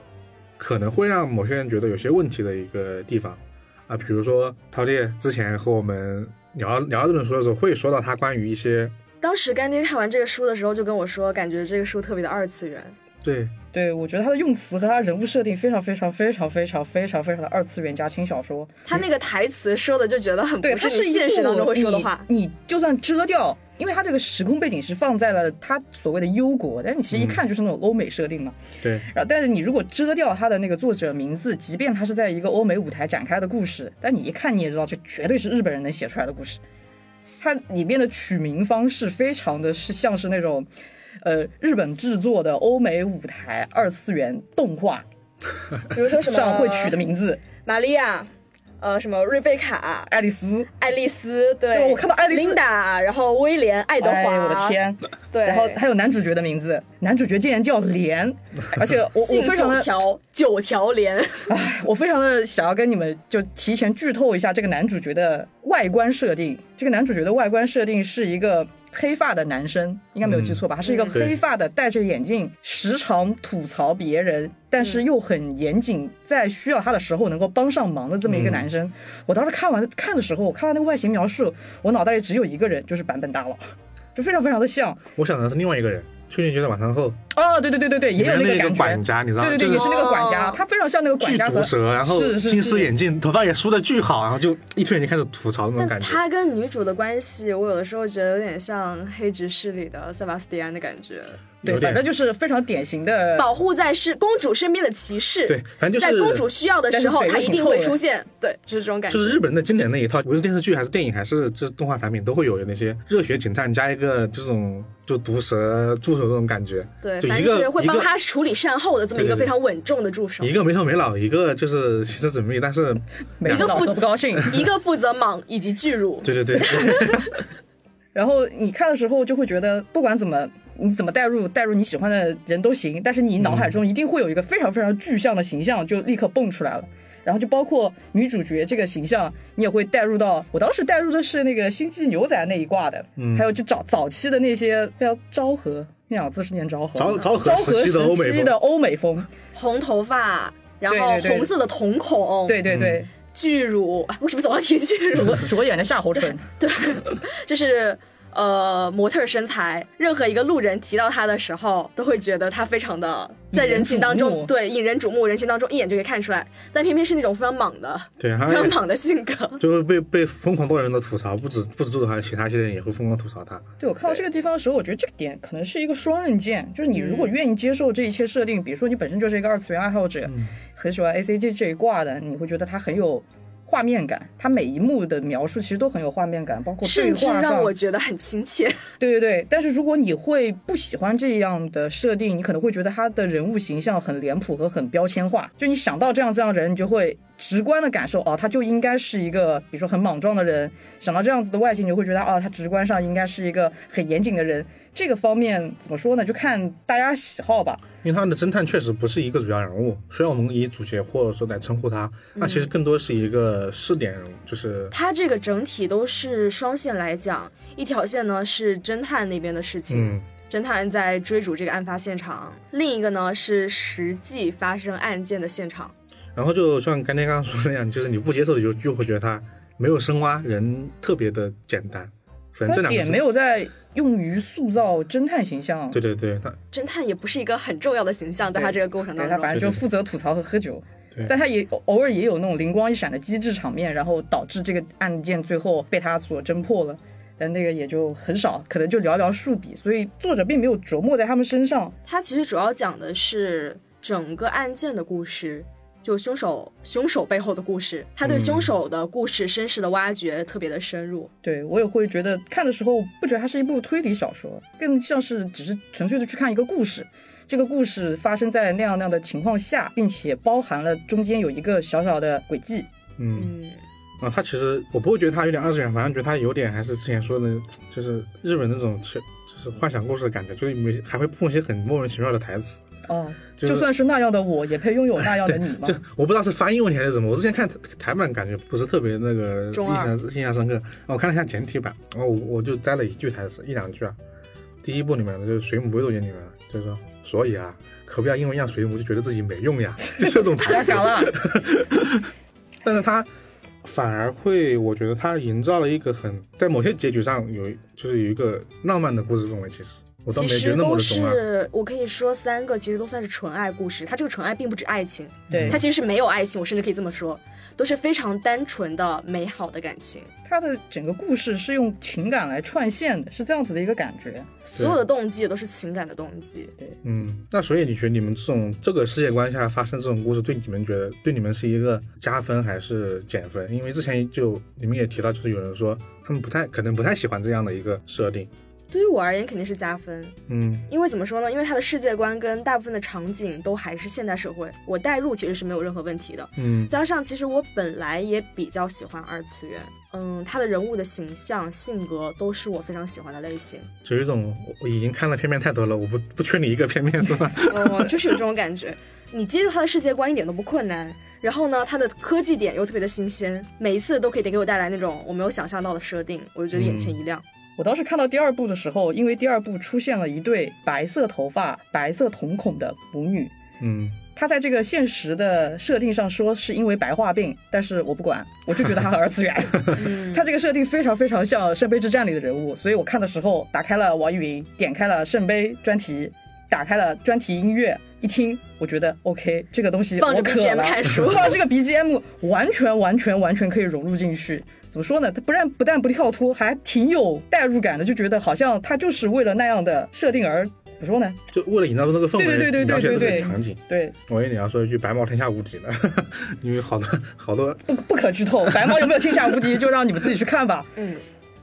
Speaker 4: 可能会让某些人觉得有些问题的一个地方啊，比如说涛姐之前和我们聊聊这本书的时候，会说到他关于一些
Speaker 2: 当时干爹看完这个书的时候就跟我说，感觉这个书特别的二次元。
Speaker 4: 对
Speaker 3: 对，我觉得他的用词和他人物设定非常非常非常非常非常非常的二次元加轻小说。
Speaker 2: 他那个台词说的就觉得很
Speaker 3: 对，
Speaker 2: 不
Speaker 3: 它
Speaker 2: 是
Speaker 3: 是
Speaker 2: 你
Speaker 3: 一
Speaker 2: 现实当中
Speaker 3: 部
Speaker 2: 会说的话。
Speaker 3: 你你就算遮掉，因为它这个时空背景是放在了它所谓的忧国，但你其
Speaker 2: 嗯
Speaker 3: 实一看就是那种欧美设定嘛。
Speaker 4: 对
Speaker 3: 然后，但是你如果遮掉他的那个作者名字，即便他是在一个欧美舞台展开的故事，但你一看你也知道，这绝对是日本人能写出来的故事。它里面的取名方式非常的是像是那种，呃，日本制作的欧美舞台二次元动画
Speaker 2: 比如说什么
Speaker 3: 上会取的名字，
Speaker 2: 玛利亚，呃，什么瑞贝卡、
Speaker 3: 爱丽丝，
Speaker 2: 爱丽丝，对，
Speaker 3: 对我看到爱丽丝
Speaker 2: 琳达，然后威廉、爱德华，
Speaker 3: 哎，我的， 天！
Speaker 2: 对，
Speaker 3: 然后还有男主角的名字，男主角竟然叫莲，而且我我
Speaker 2: 姓
Speaker 3: 非常
Speaker 2: 九
Speaker 3: 的
Speaker 2: 条，九条连，
Speaker 3: 我非常的想要跟你们就提前剧透一下这个男主角的外观设定。这个男主角的外观设定是一个黑发的男生，应该没有记错吧？他是一个黑发的，戴着眼镜，时常吐槽别人，但是又很严谨，在需要他的时候能够帮上忙的这么一个男生。我当时看完看的时候，我看到那个外形描述，我脑袋里只有一个人，就是版本大佬，就非常非常的像。
Speaker 4: 我想的是另外一个人，去年决赛晚餐后，
Speaker 3: 哦，对对对对对，也有
Speaker 4: 里
Speaker 3: 那个
Speaker 4: 面那
Speaker 3: 感
Speaker 4: 个
Speaker 3: 觉。
Speaker 4: 管家，你知道吗？
Speaker 3: 对对对，也
Speaker 4: 就
Speaker 3: 是
Speaker 4: 是
Speaker 3: 那个管家，
Speaker 2: 哦
Speaker 3: 他非常像那个管
Speaker 4: 巨
Speaker 3: 家和
Speaker 4: 毒舌，然后
Speaker 3: 是是
Speaker 4: 近视
Speaker 3: 是
Speaker 4: 眼镜，头发也梳的巨好，然后就一推眼睛开始吐槽那种
Speaker 2: 但
Speaker 4: 感觉。
Speaker 2: 他跟女主的关系，我有的时候觉得有点像黑执事里的塞巴斯蒂安的感觉，
Speaker 3: 对，
Speaker 4: 有点
Speaker 3: 反正就是非常典型的
Speaker 2: 保护在是公主身边的骑士，
Speaker 4: 对反正就是
Speaker 2: 在公主需要的时候，
Speaker 3: 但是
Speaker 2: 他一
Speaker 3: 嘴又
Speaker 2: 定
Speaker 3: 挺臭
Speaker 2: 会
Speaker 3: 的
Speaker 2: 出现，对，就是这种感觉
Speaker 4: 就。是日本人的经典那一套，无论是电视剧还是电影还是这动画产品，都会有那些热血警探加一个这种就毒舌助手这种感觉，
Speaker 2: 对，
Speaker 4: 就
Speaker 2: 反
Speaker 4: 一
Speaker 2: 正是
Speaker 4: 个
Speaker 2: 会
Speaker 4: 一
Speaker 2: 帮
Speaker 4: 个
Speaker 2: 他处理善后的这么一个
Speaker 4: 对对对
Speaker 2: 非常稳重的助手，
Speaker 4: 一个没头没脑，一个就是行车缜密，但是
Speaker 3: 每个老都不高兴。
Speaker 2: 一个负责莽以及巨乳，
Speaker 4: 对对对，
Speaker 3: 然后你看的时候就会觉得，不管怎么你怎么代入，代入你喜欢的人都行，但是你脑海中一定会有一个非常非常具象的形象就立刻蹦出来了。然后就包括女主角这个形象，你也会带入到我当时带入的是那个《星际牛仔》那一挂的，
Speaker 4: 嗯
Speaker 3: 还有就早早期的那些叫昭和，那两个字是念昭和吗，
Speaker 4: 昭昭和
Speaker 3: 昭
Speaker 4: 时
Speaker 3: 和
Speaker 4: 期的欧美
Speaker 3: 时期的欧美风，
Speaker 2: 红头发，然后
Speaker 3: 对对对
Speaker 2: 红色的瞳孔，
Speaker 3: 对对对，
Speaker 2: 巨乳， 啊为什么总要提巨 乳？
Speaker 3: 着眼的夏侯淳，
Speaker 2: 就是呃模特儿身材，任何一个路人提到她的时候，都会觉得她非常的在
Speaker 3: 引人
Speaker 2: 人群
Speaker 3: 瞩
Speaker 2: 当中
Speaker 3: 目
Speaker 2: 对引人瞩目，人群当中一眼就可以看出来，但偏偏是那种非常莽的、
Speaker 4: 对，还
Speaker 2: 非常莽的性格。
Speaker 4: 就会被被疯狂多人的吐槽，不止不止助手，还有其他一些人也会疯狂吐槽他。
Speaker 3: 对我看到这个地方的时候，我觉得这个点可能是一个双刃剑，就是你
Speaker 2: 嗯
Speaker 3: 如果愿意接受这一切设定，比如说你本身就是一个二次元爱好者，
Speaker 2: 嗯
Speaker 3: 很喜欢 A C G 这一挂的，你会觉得它很有画面感，它每一幕的描述其实都很有画面感，包括对
Speaker 2: 甚至
Speaker 3: 话上
Speaker 2: 让，我觉得很亲切，
Speaker 3: 对对对。但是如果你会不喜欢这样的设定，你可能会觉得他的人物形象很脸谱和很标签化，就你想到这样这样的人，你就会直观的感受哦，他就应该是一个，比如说很莽撞的人，想到这样子的外形，你就会觉得哦，他直观上应该是一个很严谨的人。这个方面怎么说呢？就看大家喜好吧。
Speaker 4: 因为他的侦探确实不是一个主要人物，虽然我们以主角或者说来称呼他，
Speaker 3: 嗯
Speaker 4: 那其实更多是一个试点人物，就是
Speaker 2: 它这个整体都是双线来讲，一条线呢是侦探那边的事情，
Speaker 4: 嗯，
Speaker 2: 侦探在追逐这个案发现场；另一个呢是实际发生案件的现场。
Speaker 4: 然后就像刚才刚刚说的那样，就是你不接受的就就会觉得他没有深挖，人特别的简单，反正
Speaker 3: 他
Speaker 4: 这两个
Speaker 3: 点
Speaker 4: 字
Speaker 3: 没有在用于塑造侦探形象，
Speaker 4: 对对对，他
Speaker 2: 侦探也不是一个很重要的形象，在他这个过程当
Speaker 3: 对
Speaker 2: 中
Speaker 3: 他，反正就负责吐槽和喝酒
Speaker 4: 对，
Speaker 3: 但他也偶尔也有那种灵光一闪的机智场面，然后导致这个案件最后被他所侦破了。但那个也就很少，可能就寥寥数笔，所以作者并没有琢磨在他们身上。
Speaker 2: 它其实主要讲的是整个案件的故事，就凶手凶手背后的故事。他
Speaker 3: 嗯
Speaker 2: 对凶手的故事身世的挖掘特别的深入。
Speaker 3: 对我也会觉得看的时候不觉得它是一部推理小说，更像是只是纯粹的去看一个故事。这个故事发生在那样那样的情况下，并且包含了中间有一个小小的轨迹，
Speaker 4: 嗯。
Speaker 2: 嗯，
Speaker 4: 啊，他其实我不会觉得他有点二次元，反而觉得他有点还是之前说的，就是日本那种是就是幻想故事的感觉，就是没还会碰一些很莫名其妙的台词。
Speaker 3: 哦，
Speaker 4: 就是
Speaker 3: 就算是那样的我，也配拥有那样的你吗
Speaker 4: 就？我不知道是翻译问题还是什么，我之前看台台版感觉不是特别那个印
Speaker 2: 中二
Speaker 4: 象印象深刻，然后我看了一下简体版，然后我我就摘了一句台词一两句啊，第一部里面的就是水母威斗眼里面的，就是说所以啊，可不要因为让水母就觉得自己没用呀， 就这种
Speaker 3: 不
Speaker 4: 台
Speaker 3: 要
Speaker 4: 词。
Speaker 3: 搞了。
Speaker 4: 但是他反而会，我觉得他营造了一个很在某些结局上有一就是有一个浪漫的故事氛围。其实我倒
Speaker 2: 其
Speaker 4: 没觉
Speaker 2: 实
Speaker 4: 得那么
Speaker 2: 都
Speaker 4: 的中二。
Speaker 2: 是我可以说三个，其实都算是纯爱故事。它这个纯爱并不指爱情，
Speaker 4: 嗯
Speaker 3: 对
Speaker 2: 它，其实是没有爱情，我甚至可以这么说，都是非常单纯的美好的感情。
Speaker 3: 他的整个故事是用情感来串线的，是这样子的一个感觉。
Speaker 2: 所有的动机也都是情感的动机。
Speaker 4: 嗯，那所以你觉得你们这种这个世界观下发生这种故事，对你们觉得对你们是一个加分还是减分？因为之前就你们也提到，就是有人说他们不太可能不太喜欢这样的一个设定。
Speaker 2: 对于我而言肯定是加分，
Speaker 4: 嗯，
Speaker 2: 因为怎么说呢？因为它的世界观跟大部分的场景都还是现代社会，我代入其实是没有任何问题的。
Speaker 4: 嗯，
Speaker 2: 加上其实我本来也比较喜欢二次元，嗯，他的人物的形象、性格都是我非常喜欢的类型，
Speaker 4: 有一种我我已经看了片面太多了，我不不缺你一个片面是吧？
Speaker 2: 嗯，就是有这种感觉。你接受他的世界观一点都不困难，然后呢，他的科技点又特别的新鲜，每一次都可以给我带来那种我没有想象到的设定，我就觉得眼前一亮。
Speaker 3: 我当时看到第二部的时候，因为第二部出现了一对白色头发、白色瞳孔的母女，
Speaker 4: 嗯，
Speaker 3: 她在这个现实的设定上说是因为白化病，但是我不管，我就觉得她很二次元。
Speaker 2: 嗯，
Speaker 3: 她这个设定非常非常像《圣杯之战》里的人物，所以我看的时候打开了网易云，点开了《圣杯》专题，打开了专题音乐，一听我觉得 OK，这个东西
Speaker 2: 放着
Speaker 3: 我渴
Speaker 2: BGM
Speaker 3: 了
Speaker 2: 看书
Speaker 3: 放这个 BGM 完全完全完全可以融入进去。怎么说呢？它不但不但不跳脱，还挺有代入感的，就觉得好像它就是为了那样的设定而怎么说呢？
Speaker 4: 就为了营造出那个氛围，
Speaker 3: 对对对对
Speaker 4: 描写这
Speaker 3: 对
Speaker 4: 个
Speaker 3: 对
Speaker 4: 场景。
Speaker 3: 对，
Speaker 4: 我以为你要说一句“白毛天下无敌”呢， 因为好多好多
Speaker 3: 不不可剧透，白猫有没有天下无敌，就让你们自己去看吧。
Speaker 2: 嗯，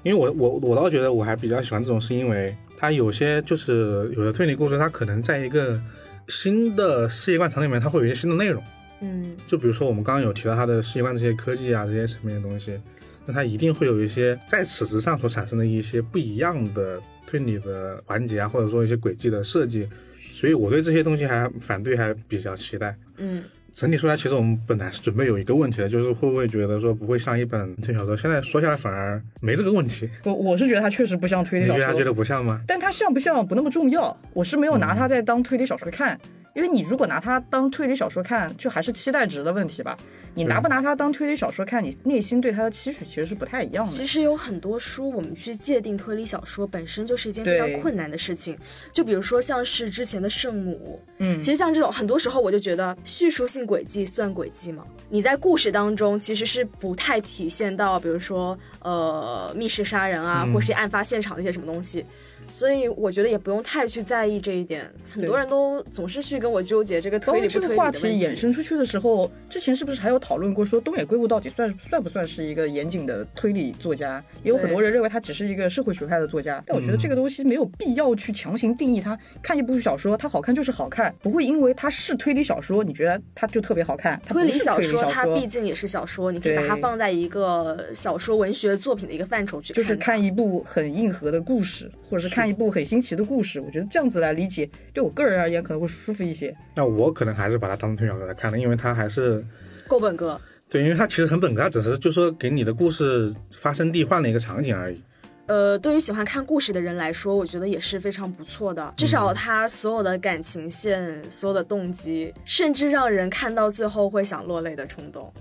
Speaker 4: 因为我我我倒觉得我还比较喜欢这种，是因为它有些就是有的推理故事，它可能在一个新的世界观场里面，它会有一些新的内容。
Speaker 2: 嗯，
Speaker 4: 就比如说我们刚刚有提到它的世界观这些科技啊这些层面的东西，那它一定会有一些在此之上所产生的一些不一样的推理的环节啊，或者说一些轨迹的设计。所以我对这些东西还反对还比较期待。
Speaker 2: 嗯，
Speaker 4: 整体说来，其实我们本来是准备有一个问题的，就是会不会觉得说不会像一本推理小说，现在说下来反而没这个问题。
Speaker 3: 我我是觉得它确实不像推
Speaker 4: 你
Speaker 3: 理小
Speaker 4: 觉得他觉
Speaker 3: 说，
Speaker 4: 得嗯不像吗？
Speaker 3: 但它像不像不那么重要。我是没有拿它在当推理小说看，因为你如果拿它当推理小说看，就还是期待值的问题吧。你拿不拿它当推理小说看，你内心对它的期许其实是不太一样的
Speaker 2: 其。实有很多书，我们去界定推理小说本身就是一件非
Speaker 3: 对
Speaker 2: 常困难的事情。就比如说像是之前的《圣母》，
Speaker 3: 嗯
Speaker 2: 其实像这种，很多时候我就觉得叙述性轨迹算轨迹吗？你在故事当中其实是不太体现到，比如说呃密室杀人啊，
Speaker 4: 嗯
Speaker 2: 或是案发现场的一些什么东西。所以我觉得也不用太去在意这一点，很多
Speaker 3: 对
Speaker 2: 人都总是去跟我纠结这个
Speaker 3: 包
Speaker 2: 推
Speaker 3: 括
Speaker 2: 理
Speaker 3: 这
Speaker 2: 不推
Speaker 3: 个
Speaker 2: 理的
Speaker 3: 话
Speaker 2: 问
Speaker 3: 题
Speaker 2: 题。
Speaker 3: 衍生出去的时候，之前是不是还有讨论过说东野圭吾到底算算不算是一个严谨的推理作家？也有很多人认为他只是一个社会学派的作家，但我觉得这个
Speaker 2: 嗯
Speaker 3: 东西没有必要去强行定义它。看一部小说，它好看就是好看，不会因为它是推理小说，你觉得它就特别好看。它不
Speaker 2: 推理
Speaker 3: 是
Speaker 2: 小
Speaker 3: 推理
Speaker 2: 说
Speaker 3: 小
Speaker 2: 它毕竟也是小说，你可以把它
Speaker 3: 对
Speaker 2: 放在一个小说文学作品的一个范畴去
Speaker 3: 就是
Speaker 2: 看
Speaker 3: 看
Speaker 2: 它。
Speaker 3: 一部很硬核的故事，或者是看一部很新奇的故事，我觉得这样子来理解，对我个人而言可能会舒服一些。
Speaker 4: 那我可能还是把它当成推理小说来看的，因为它还是
Speaker 2: 够本哥，
Speaker 4: 对，因为它其实很本格，它只是就说给你的故事发生地换了一个场景而已。
Speaker 2: 呃，对于喜欢看故事的人来说，我觉得也是非常不错的。至
Speaker 3: 嗯
Speaker 2: 少他所有的感情线、所有的动机，甚至让人看到最后会想落泪的冲动。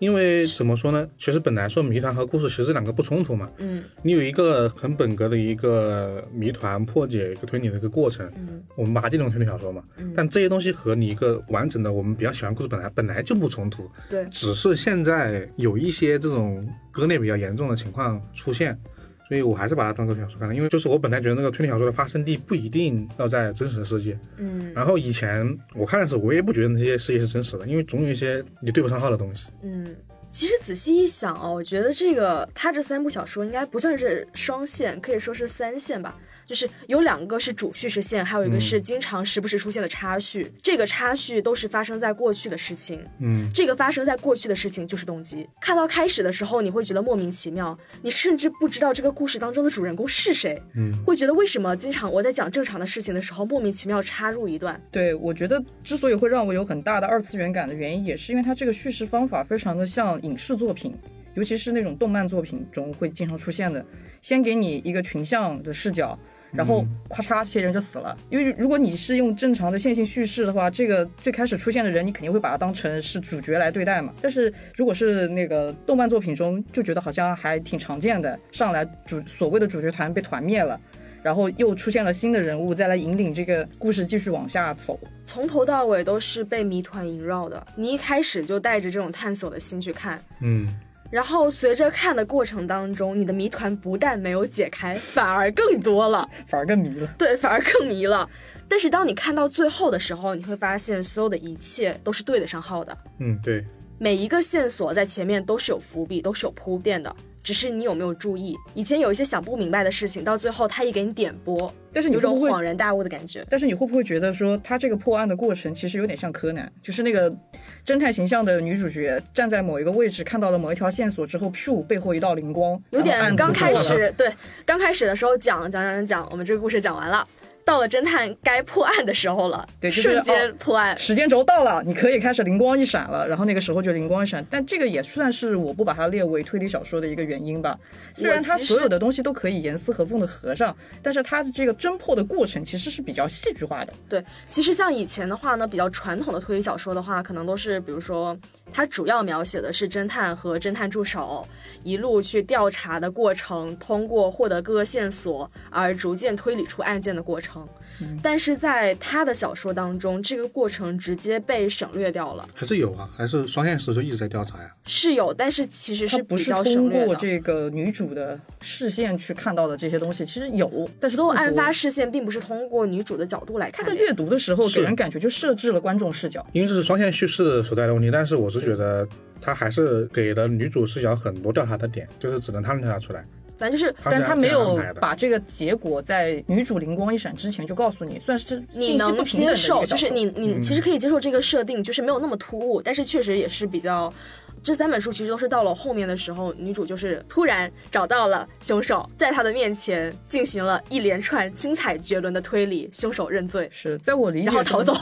Speaker 4: 因为怎么说呢，其实本来说谜团和故事其实这两个不冲突嘛，
Speaker 2: 嗯，
Speaker 4: 你有一个很本格的一个谜团破解一个推理的一个过程，
Speaker 2: 嗯
Speaker 4: 我们把它定成推理小说嘛。但这些东西和你一个完整的我们比较喜欢的故事本来本来就不冲突，
Speaker 2: 对，
Speaker 4: 只是现在有一些这种割裂比较严重的情况出现，所以我还是把它当做推理小说看的，因为就是我本来觉得那个推理小说的发生地不一定要在真实的世界，
Speaker 2: 嗯
Speaker 4: 然后以前我看的时候，我也不觉得那些世界是真实的，因为总有一些你对不上号的东西。
Speaker 2: 嗯。其实仔细一想哦，我觉得这个他这三部小说应该不算是双线，可以说是三线吧。就是有两个是主叙事线，还有一个是经常时不时出现的插叙。这个插叙都是发生在过去的事情，
Speaker 4: 嗯，
Speaker 2: 这个发生在过去的事情就是动机。看到开始的时候，你会觉得莫名其妙，你甚至不知道这个故事当中的主人公是谁，
Speaker 4: 嗯，
Speaker 2: 会觉得为什么经常我在讲正常的事情的时候，莫名其妙插入一段，
Speaker 3: 对，我觉得之所以会让我有很大的二次元感的原因，也是因为它这个叙事方法非常的像影视作品，尤其是那种动漫作品中会经常出现的，先给你一个群像的视角。然后咔嚓，这些人就死了。因为如果你是用正常的线性叙事的话，这个最开始出现的人，你肯定会把他当成是主角来对待嘛。但是如果是那个动漫作品中，就觉得好像还挺常见的，上来主所谓的主角团被团灭了，然后又出现了新的人物，再来引领这个故事继续往下走。
Speaker 2: 从头到尾都是被谜团萦绕的。你一开始就带着这种探索的心去看。
Speaker 4: 嗯，
Speaker 2: 然后随着看的过程当中，你的谜团不但没有解开，反而更多了。
Speaker 3: 反而更迷了。
Speaker 2: 对，反而更迷了。但是当你看到最后的时候，你会发现所有的一切都是对得上号的，
Speaker 4: 嗯，对，
Speaker 2: 每一个线索在前面都是有伏笔，都是有铺垫的。只是你有没有注意。以前有一些想不明白的事情，到最后他一给你点拨，
Speaker 3: 但是你
Speaker 2: 有
Speaker 3: 会
Speaker 2: 种
Speaker 3: 不会
Speaker 2: 恍然大悟的感觉。
Speaker 3: 但是你会不会觉得说，他这个破案的过程其实有点像柯南，就是那个侦探形象的女主角站在某一个位置，看到了某一条线索之后，噗，背后一道灵光，
Speaker 2: 有
Speaker 3: 然后
Speaker 2: 点
Speaker 3: 案子
Speaker 2: 刚
Speaker 3: 就
Speaker 2: 开
Speaker 3: 破了
Speaker 2: 始对，刚开始的时候讲讲讲讲讲，我们这个故事讲完了，到了侦探该破案的时候了，
Speaker 3: 对就是
Speaker 2: 瞬
Speaker 3: 哦
Speaker 2: 间破案。
Speaker 3: 时间轴到了，你可以开始灵光一闪了，然后那个时候就灵光一闪。但这个也算是我不把它列为推理小说的一个原因吧。虽然它
Speaker 2: 我其实
Speaker 3: 所有的东西都可以严丝合缝的合上，但是它的这个侦破的过程其实是比较戏剧化的。
Speaker 2: 对，其实像以前的话呢，比较传统的推理小说的话，可能都是比如说，它主要描写的是侦探和侦探助手一路去调查的过程，通过获得各个线索而逐渐推理出案件的过程。
Speaker 3: 嗯
Speaker 2: 但是在他的小说当中，这个过程直接被省略掉了，
Speaker 4: 还是有啊，还是双线时就一直在调查呀。
Speaker 2: 是有，但是其实
Speaker 3: 它
Speaker 2: 是
Speaker 3: 不
Speaker 2: 比
Speaker 3: 是
Speaker 2: 较
Speaker 3: 通
Speaker 2: 省略
Speaker 3: 过
Speaker 2: 的。
Speaker 3: 这个女主的视线去看到的这些东西，其实有，但是
Speaker 2: 所有
Speaker 3: 不多
Speaker 2: 案发事件并不是通过女主的角度来看
Speaker 3: 他
Speaker 2: 的
Speaker 3: 在
Speaker 2: 呀，
Speaker 3: 阅读的时候给
Speaker 4: 是
Speaker 3: 人感觉就设置了观众视角。
Speaker 4: 因为这是双线叙事所带来的问题，但是我是觉得他还是给了女主视角很多调查的点，就是只能他能调查出来。
Speaker 2: 反正就是
Speaker 4: 是
Speaker 3: 但他
Speaker 4: 这
Speaker 3: 没
Speaker 4: 样安
Speaker 3: 有
Speaker 4: 排的
Speaker 3: 把这个结果在女主灵光一闪之前就告诉你，算是
Speaker 2: 你
Speaker 3: 信息不
Speaker 2: 能
Speaker 3: 平等
Speaker 2: 接
Speaker 3: 的一
Speaker 2: 受，
Speaker 3: 个角
Speaker 2: 就是
Speaker 3: 度
Speaker 2: 你你
Speaker 4: 嗯
Speaker 2: 其实可以接受这个设定，就是没有那么突兀，但是确实也是比较。这三本书其实都是到了后面的时候，女主就是突然找到了凶手，在他的面前进行了一连串精彩绝伦的推理，凶手认罪，
Speaker 3: 是在我理解
Speaker 2: 然后逃
Speaker 3: 中
Speaker 2: 走。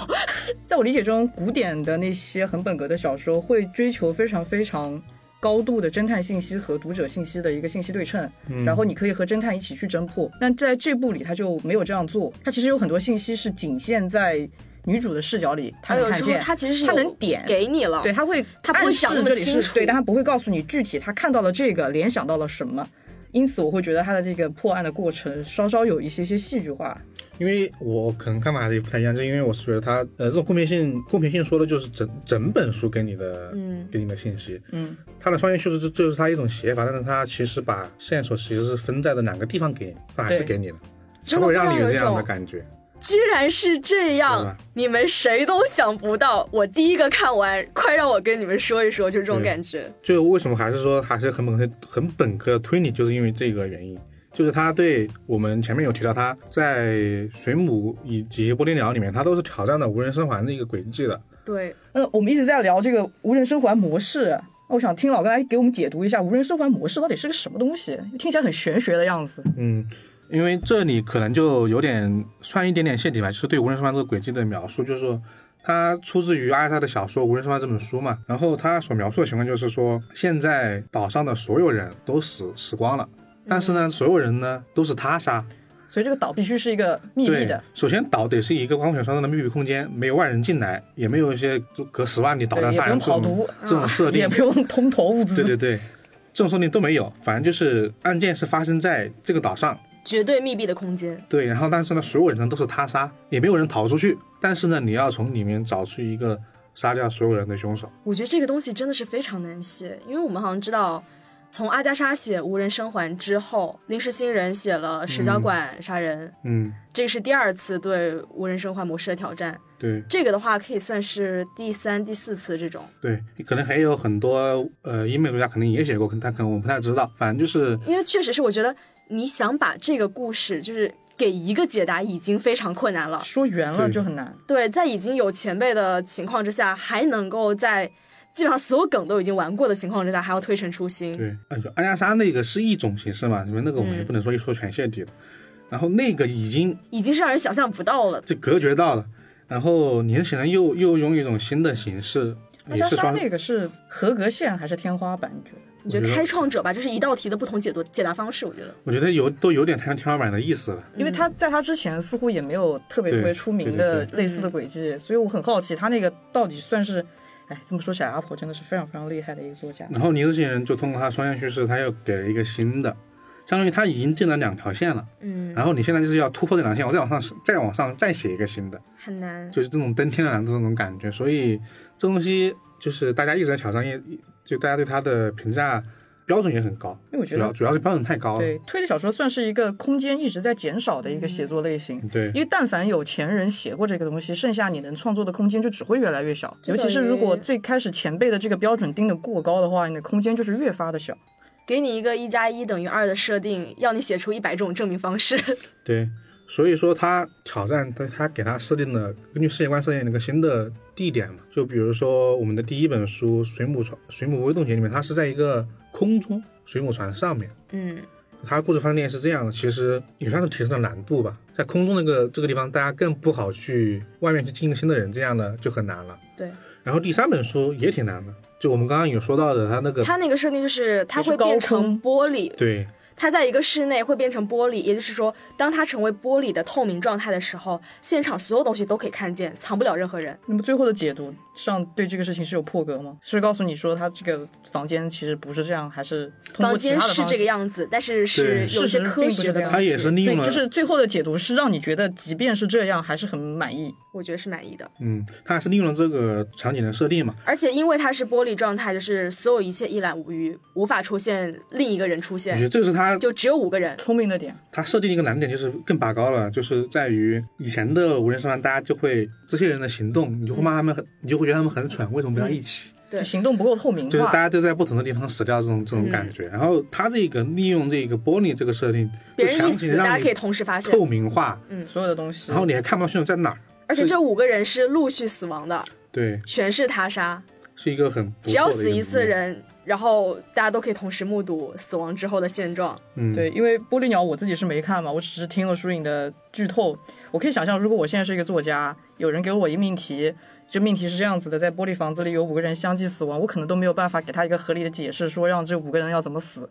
Speaker 3: 在我理解中，古典的那些很本格的小说会追求非常非常高度的侦探信息和读者信息的一个信息对称，然后你可以和侦探一起去侦破。但在这部里，他就没有这样做，他其实有很多信息是仅限在女主的视角里，她
Speaker 2: 还
Speaker 3: 能
Speaker 2: 有
Speaker 3: 看
Speaker 2: 时候
Speaker 3: 见，
Speaker 2: 他其实是
Speaker 3: 他
Speaker 2: 有
Speaker 3: 能点
Speaker 2: 给你了，
Speaker 3: 对，他会
Speaker 2: 他不会
Speaker 3: 暗示
Speaker 2: 讲那么
Speaker 3: 这里
Speaker 2: 清
Speaker 3: 是
Speaker 2: 楚
Speaker 3: 对，但他不会告诉你具体他看到了这个联想到了什么。因此，我会觉得他的这个破案的过程稍稍有一些些戏剧化。
Speaker 4: 因为我可能看法还是不太一样，就因为我是觉得他呃这种公平性，公平性说的就是整整本书给你的，
Speaker 2: 嗯
Speaker 4: 给你的信息，
Speaker 3: 嗯，
Speaker 4: 他的双线叙事这这就是他一种写法，但是他其实把线索其实是分在了两个地方给你，他还是
Speaker 3: 对
Speaker 4: 给你的，才
Speaker 2: 真的
Speaker 4: 会
Speaker 2: 会
Speaker 4: 让
Speaker 2: 让
Speaker 4: 你有
Speaker 2: 有一
Speaker 4: 这样的
Speaker 2: 种
Speaker 4: 感觉。
Speaker 2: 居然是这
Speaker 4: 对
Speaker 2: 样
Speaker 4: 吧，
Speaker 2: 你们谁都想不到，我第一个看完，快让我跟你们说一说，就这种
Speaker 4: 对
Speaker 2: 感觉。
Speaker 4: 就为什么还是说还是很本科很本科的推理，就是因为这个原因，就是他对我们前面有提到他在水母以及波利鸟里面，他都是挑战了无人生还的一个轨迹的。
Speaker 2: 对，
Speaker 3: 呃，我们一直在聊这个无人生还模式，那我想听老哥来给我们解读一下无人生还模式到底是个什么东西，听起来很玄学的样子。
Speaker 4: 嗯，因为这里可能就有点算一点点泄底吧，就是对无人生还这个轨迹的描述，就是说。它出自于阿塞的小说《无人生还》这本书嘛，然后他所描述的情况就是说，现在岛上的所有人都死死光了，但是呢，所有人呢都是他杀，
Speaker 3: 所以这个岛必须是一个秘密
Speaker 4: 对，
Speaker 3: 的，
Speaker 4: 首先岛得是一个光选双生的密闭空间，没有外人进来，也没有一些就隔十万里导弹
Speaker 3: 对也
Speaker 4: 杀
Speaker 3: 不
Speaker 4: 人
Speaker 3: 用
Speaker 4: 这
Speaker 3: 跑
Speaker 4: 种
Speaker 3: 毒，啊
Speaker 4: 这种设定
Speaker 3: 也，不用通投物资。
Speaker 4: 对对对，这种设定都没有。反正就是案件是发生在这个岛上，
Speaker 2: 绝对密闭的空间，
Speaker 4: 对，然后但是呢，所有人都是他杀，也没有人逃出去。但是呢，你要从里面找出一个杀掉所有人的凶手。
Speaker 2: 我觉得这个东西真的是非常难写，因为我们好像知道，从阿加莎写《无人生还》之后，临时新人写了《石角馆杀人》
Speaker 4: 嗯，
Speaker 2: 这是第二次对无人生还模式的挑战。
Speaker 4: 对
Speaker 2: 这个的话可以算是第三、第四次这种。
Speaker 4: 对，可能还有很多呃英美作家肯定也写过，但可能我们不太知道。反正就是
Speaker 2: 因为确实是，我觉得你想把这个故事就是给一个解答已经非常困难了。
Speaker 3: 说圆了
Speaker 4: 对
Speaker 3: 就很难。
Speaker 2: 对，在已经有前辈的情况之下，还能够在基本上所有梗都已经玩过的情况之下，还要推陈出
Speaker 3: 嗯
Speaker 2: 新。
Speaker 4: 对，哎呦，安加莎那个是一种形式嘛，因为那个我们也不能说一说全泄底了。然后那个已经
Speaker 2: 已经是让人想象不到了。
Speaker 4: 就隔绝到了，然后年显然又又用一种新的形式，
Speaker 3: 阿
Speaker 4: 也
Speaker 3: 莎
Speaker 4: 是
Speaker 3: 莎
Speaker 4: 双
Speaker 3: 那个是合格线还是天花板？你觉得？
Speaker 2: 我觉
Speaker 4: 我
Speaker 2: 得
Speaker 4: 觉得
Speaker 2: 开创者吧，就是一道题的不同解读解答方式，我觉得
Speaker 4: 我觉得有都有点太像天花板的意思了。
Speaker 3: 因为他在他之前似乎也没有特别
Speaker 4: 嗯对
Speaker 3: 特别出名
Speaker 4: 对
Speaker 3: 的
Speaker 4: 对嗯
Speaker 3: 类似的轨迹，所以我很好奇他那个到底算是，哎，这么说起来，阿婆真的是非常非常厉害的一个作家。
Speaker 4: 然后尼斯星人就通过他双向叙事，他又给了一个新的，相当于他已经进了两条线了。嗯，然后你现在就是要突破这两条线，我再往上再往上再写一个新的，
Speaker 2: 很难。
Speaker 4: 就是这种登天的难度那种感觉。所以这东西就是大家一直在挑战，也就大家对它的评价标准也很高，
Speaker 3: 因为我觉
Speaker 4: 主
Speaker 3: 得
Speaker 4: 要主要是标准太高了。
Speaker 3: 对，推理小说算是一个空间一直在减少的一个写作类型。
Speaker 4: 对
Speaker 3: 因为但凡有钱人写过这个东西，剩下你能创作的空间就只会越来越小。
Speaker 2: 就
Speaker 3: 尤其是如
Speaker 2: 等于
Speaker 3: 果最开始前辈的这个标准定的过高的话，你的空间就是越发的小。
Speaker 2: 给你一个一加一等于二的设定，要你写出一百种证明方式。
Speaker 4: 对，所以说他挑战他他给他设定的，根据世界观设定了一个新的地点嘛，就比如说我们的第一本书《水母船水母微动节》里面，它是在一个空中水母船上面。
Speaker 2: 嗯，
Speaker 4: 它的故事发生点是这样的，其实也算是提升了难度吧，在空中那个这个地方，大家更不好去外面去进一个新的人，这样呢就很难了。
Speaker 2: 对，
Speaker 4: 然后第三本书也挺难的，就我们刚刚有说到的，它那个
Speaker 2: 它那个设定就是它
Speaker 3: 也是
Speaker 2: 会
Speaker 3: 高
Speaker 2: 变成
Speaker 3: 空
Speaker 2: 玻璃，
Speaker 4: 对
Speaker 2: 它在一个室内会变成玻璃，也就是说，当它成为玻璃的透明状态的时候，现场所有东西都可以看见，藏不了任何人。
Speaker 3: 那么最后的解读上对这个事情是有破格吗？是告诉你说他这个房间其实不是这样，还是通
Speaker 2: 房
Speaker 3: 过其
Speaker 2: 间
Speaker 3: 他的
Speaker 2: 是
Speaker 3: 方
Speaker 2: 这个
Speaker 3: 式？
Speaker 2: 样子，但是是
Speaker 4: 对
Speaker 2: 有一些
Speaker 3: 事实
Speaker 2: 科
Speaker 3: 并不是
Speaker 2: 学的
Speaker 3: 这样
Speaker 2: 东西，
Speaker 4: 它也是利
Speaker 3: 所以
Speaker 4: 用了，
Speaker 3: 就是最后的解读是让你觉得，即便是这样，还是很满意。
Speaker 2: 我觉得是满意的。
Speaker 4: 嗯，它还是利用了这个场景的设定嘛，
Speaker 2: 而且因为它是玻璃状态，就是所有一切一览无余，无法出现另一个人出
Speaker 4: 我觉得
Speaker 2: 现，
Speaker 4: 这是它
Speaker 2: 就只有五个人。
Speaker 3: 聪明的点，
Speaker 4: 它设定一个难点，就是更拔高了，就是在于以前的无人生还，大家就会这些人的行动，你就会骂他们很，你就会觉得他们很蠢，为什么不要一起？
Speaker 2: 对
Speaker 3: 就行动不够透明
Speaker 4: 就是大
Speaker 3: 化，
Speaker 4: 家都在不同的地方死掉这种这种
Speaker 2: 嗯
Speaker 4: 感觉。然后它这个利用这个玻璃这个设定，
Speaker 2: 别
Speaker 4: 就
Speaker 2: 人一
Speaker 4: 强行
Speaker 2: 死，大
Speaker 4: 让
Speaker 2: 家可以
Speaker 4: 你
Speaker 2: 同时发现，
Speaker 4: 透明化，
Speaker 3: 所有的东西
Speaker 4: 然。后你还看不到凶手在哪儿。
Speaker 2: 而且这五个人是陆续死亡的，
Speaker 4: 对，
Speaker 2: 全是他杀，
Speaker 4: 是一个很不
Speaker 2: 只要
Speaker 4: 错的
Speaker 2: 死
Speaker 4: 个
Speaker 2: 一次
Speaker 4: 理念，
Speaker 2: 人，然后大家都可以同时目睹死亡之后的现状。
Speaker 4: 嗯，
Speaker 3: 对，，因为《玻璃鸟》我自己是没看嘛，我只是听了疏影的剧透。我可以想象，如果我现在是一个作家，有人给我一命题，这命题是这样子的：在玻璃房子里有五个人相继死亡，我可能都没有办法给他一个合理的解释，说让这五个人要怎么死，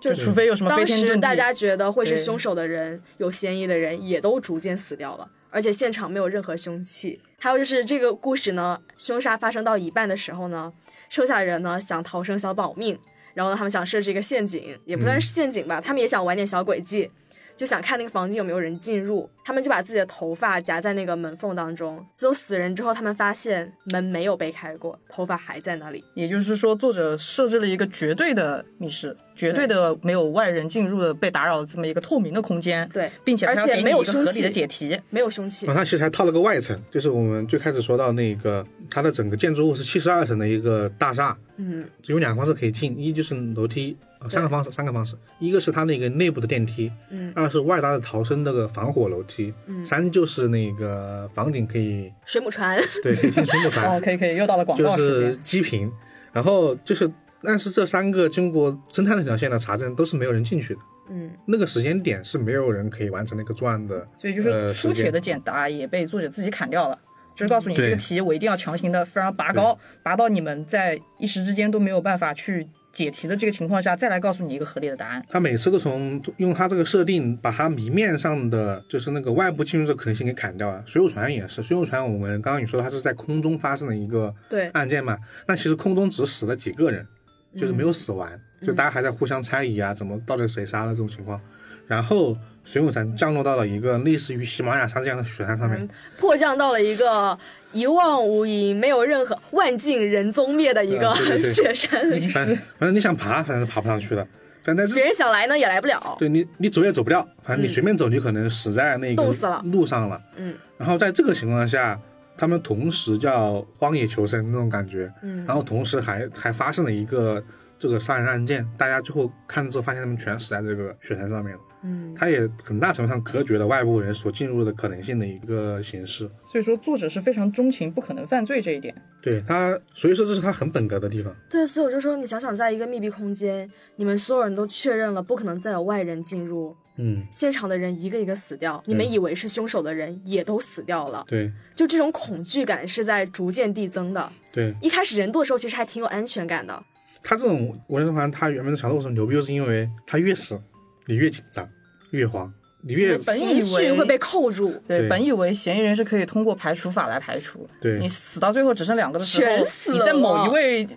Speaker 3: 就除非有什么飞
Speaker 2: 当
Speaker 3: 天震
Speaker 2: 时
Speaker 3: 地。
Speaker 2: 大家觉得会是
Speaker 3: 对
Speaker 2: 凶手的人、有嫌疑的人也都逐渐死掉了，而且现场没有任何凶器。还有就是这个故事呢，凶杀发生到一半的时候呢，剩下的人呢想逃生、想保命，然后呢他们想设置一个陷阱，也不算是陷阱吧，他们也想玩点小诡计。就想看那个房间有没有人进入，他们就把自己的头发夹在那个门缝当中。最后死人之后，他们发现门没有被开过，头发还在那里。
Speaker 3: 也就是说，作者设置了一个绝对的密室，绝对的没有外人进入的被打扰的这么一个透明的空间，
Speaker 2: 对
Speaker 3: 并且
Speaker 2: 而
Speaker 3: 它要
Speaker 2: 且
Speaker 3: 给你
Speaker 2: 没有
Speaker 3: 一个
Speaker 2: 凶
Speaker 3: 合理的
Speaker 2: 器
Speaker 3: 解 题，
Speaker 2: 没有凶器
Speaker 4: 然，后它其实还套了个外层，就是我们最开始说到那个它的整个建筑物是七十二层的一个大厦，
Speaker 2: 嗯，
Speaker 4: 只有两个方式可以进，一就是楼梯，呃三个方式，三个方式，一个是它那个内部的电梯，
Speaker 2: 嗯，
Speaker 4: 二是外搭的逃生那个防火楼梯，嗯，三就是那个房顶可以
Speaker 2: 水母船，
Speaker 4: 对可以进水母
Speaker 3: 哦，
Speaker 4: 船，
Speaker 3: 可以可以，又到了广
Speaker 4: 就
Speaker 3: 告时间。
Speaker 4: 是基频，然后就是但是这三个经过侦探那条线的查证都是没有人进去的，
Speaker 2: 嗯。
Speaker 4: 那个时间点是没有人可以完成那个作案的，
Speaker 3: 所以就是
Speaker 4: 呃
Speaker 3: 粗
Speaker 4: 时
Speaker 3: 浅
Speaker 4: 间
Speaker 3: 的简答也被作者自己砍掉了，就是告诉你
Speaker 4: 对
Speaker 3: 这个题我一定要强行的非常拔高，拔到你们在一时之间都没有办法去解题的这个情况下，再来告诉你一个合理的答案。
Speaker 4: 他每次都从用他这个设定把他谜面上的就是那个外部进入的可能性给砍掉了。水母船也是，水母船我们刚刚也说它是在空中发生的一个
Speaker 2: 对
Speaker 4: 案件嘛，那其实空中只死了几个人，就是没有死完，
Speaker 2: 嗯
Speaker 4: 就大家还在互相猜疑啊，怎么到底谁杀了这种情况。然后水母船降落到了一个类似于喜马拉雅山这样的雪山上面，
Speaker 2: 迫降到了一个一望无垠、没有任何万径人踪灭的一个
Speaker 4: 嗯对对对
Speaker 2: 雪山里，
Speaker 4: 反正反正你想爬，反正爬不上去了。反正在
Speaker 2: 别
Speaker 4: 这，
Speaker 2: 人想来呢也来不了。
Speaker 4: 对你你走也走不掉，反正你随便走，你可能死在那
Speaker 2: 嗯冻死了
Speaker 4: 个路上了。
Speaker 2: 嗯
Speaker 4: 然后在这个情况下，他们同时叫荒野求生那种感觉，
Speaker 2: 嗯
Speaker 4: 然后同时还还发生了一个这个杀人案件，大家最后看了之后发现他们全死在这个雪山上面了。
Speaker 2: 嗯，
Speaker 4: 它也很大程度上隔绝了外部人所进入的可能性的一个形式。
Speaker 3: 所以说作者是非常钟情不可能犯罪这一点。
Speaker 4: 对它，所以说这是它很本格的地方。
Speaker 2: 对，所以我就说，你想想，在一个密闭空间，你们所有人都确认了不可能再有外人进入，
Speaker 4: 嗯，
Speaker 2: 现场的人一个一个死掉，你们以为是凶手的人也都死掉了，
Speaker 4: 对
Speaker 2: 就这种恐惧感是在逐渐递增的。
Speaker 4: 对，
Speaker 2: 一开始人多的时候，其实还挺有安全感的。
Speaker 4: 它这种无人生还，它原本的小豆为什么牛逼，就是因为它越死你越紧张，越慌，你越
Speaker 3: 本
Speaker 2: 情
Speaker 3: 以
Speaker 2: 绪
Speaker 3: 为
Speaker 2: 会被扣住，
Speaker 3: 对，
Speaker 4: 对
Speaker 3: 本以为嫌疑人是可以通过排除法来排除，
Speaker 4: 对
Speaker 3: 你死到最后只剩两个的时候，
Speaker 2: 全死
Speaker 3: 你在某一
Speaker 2: 了
Speaker 3: 位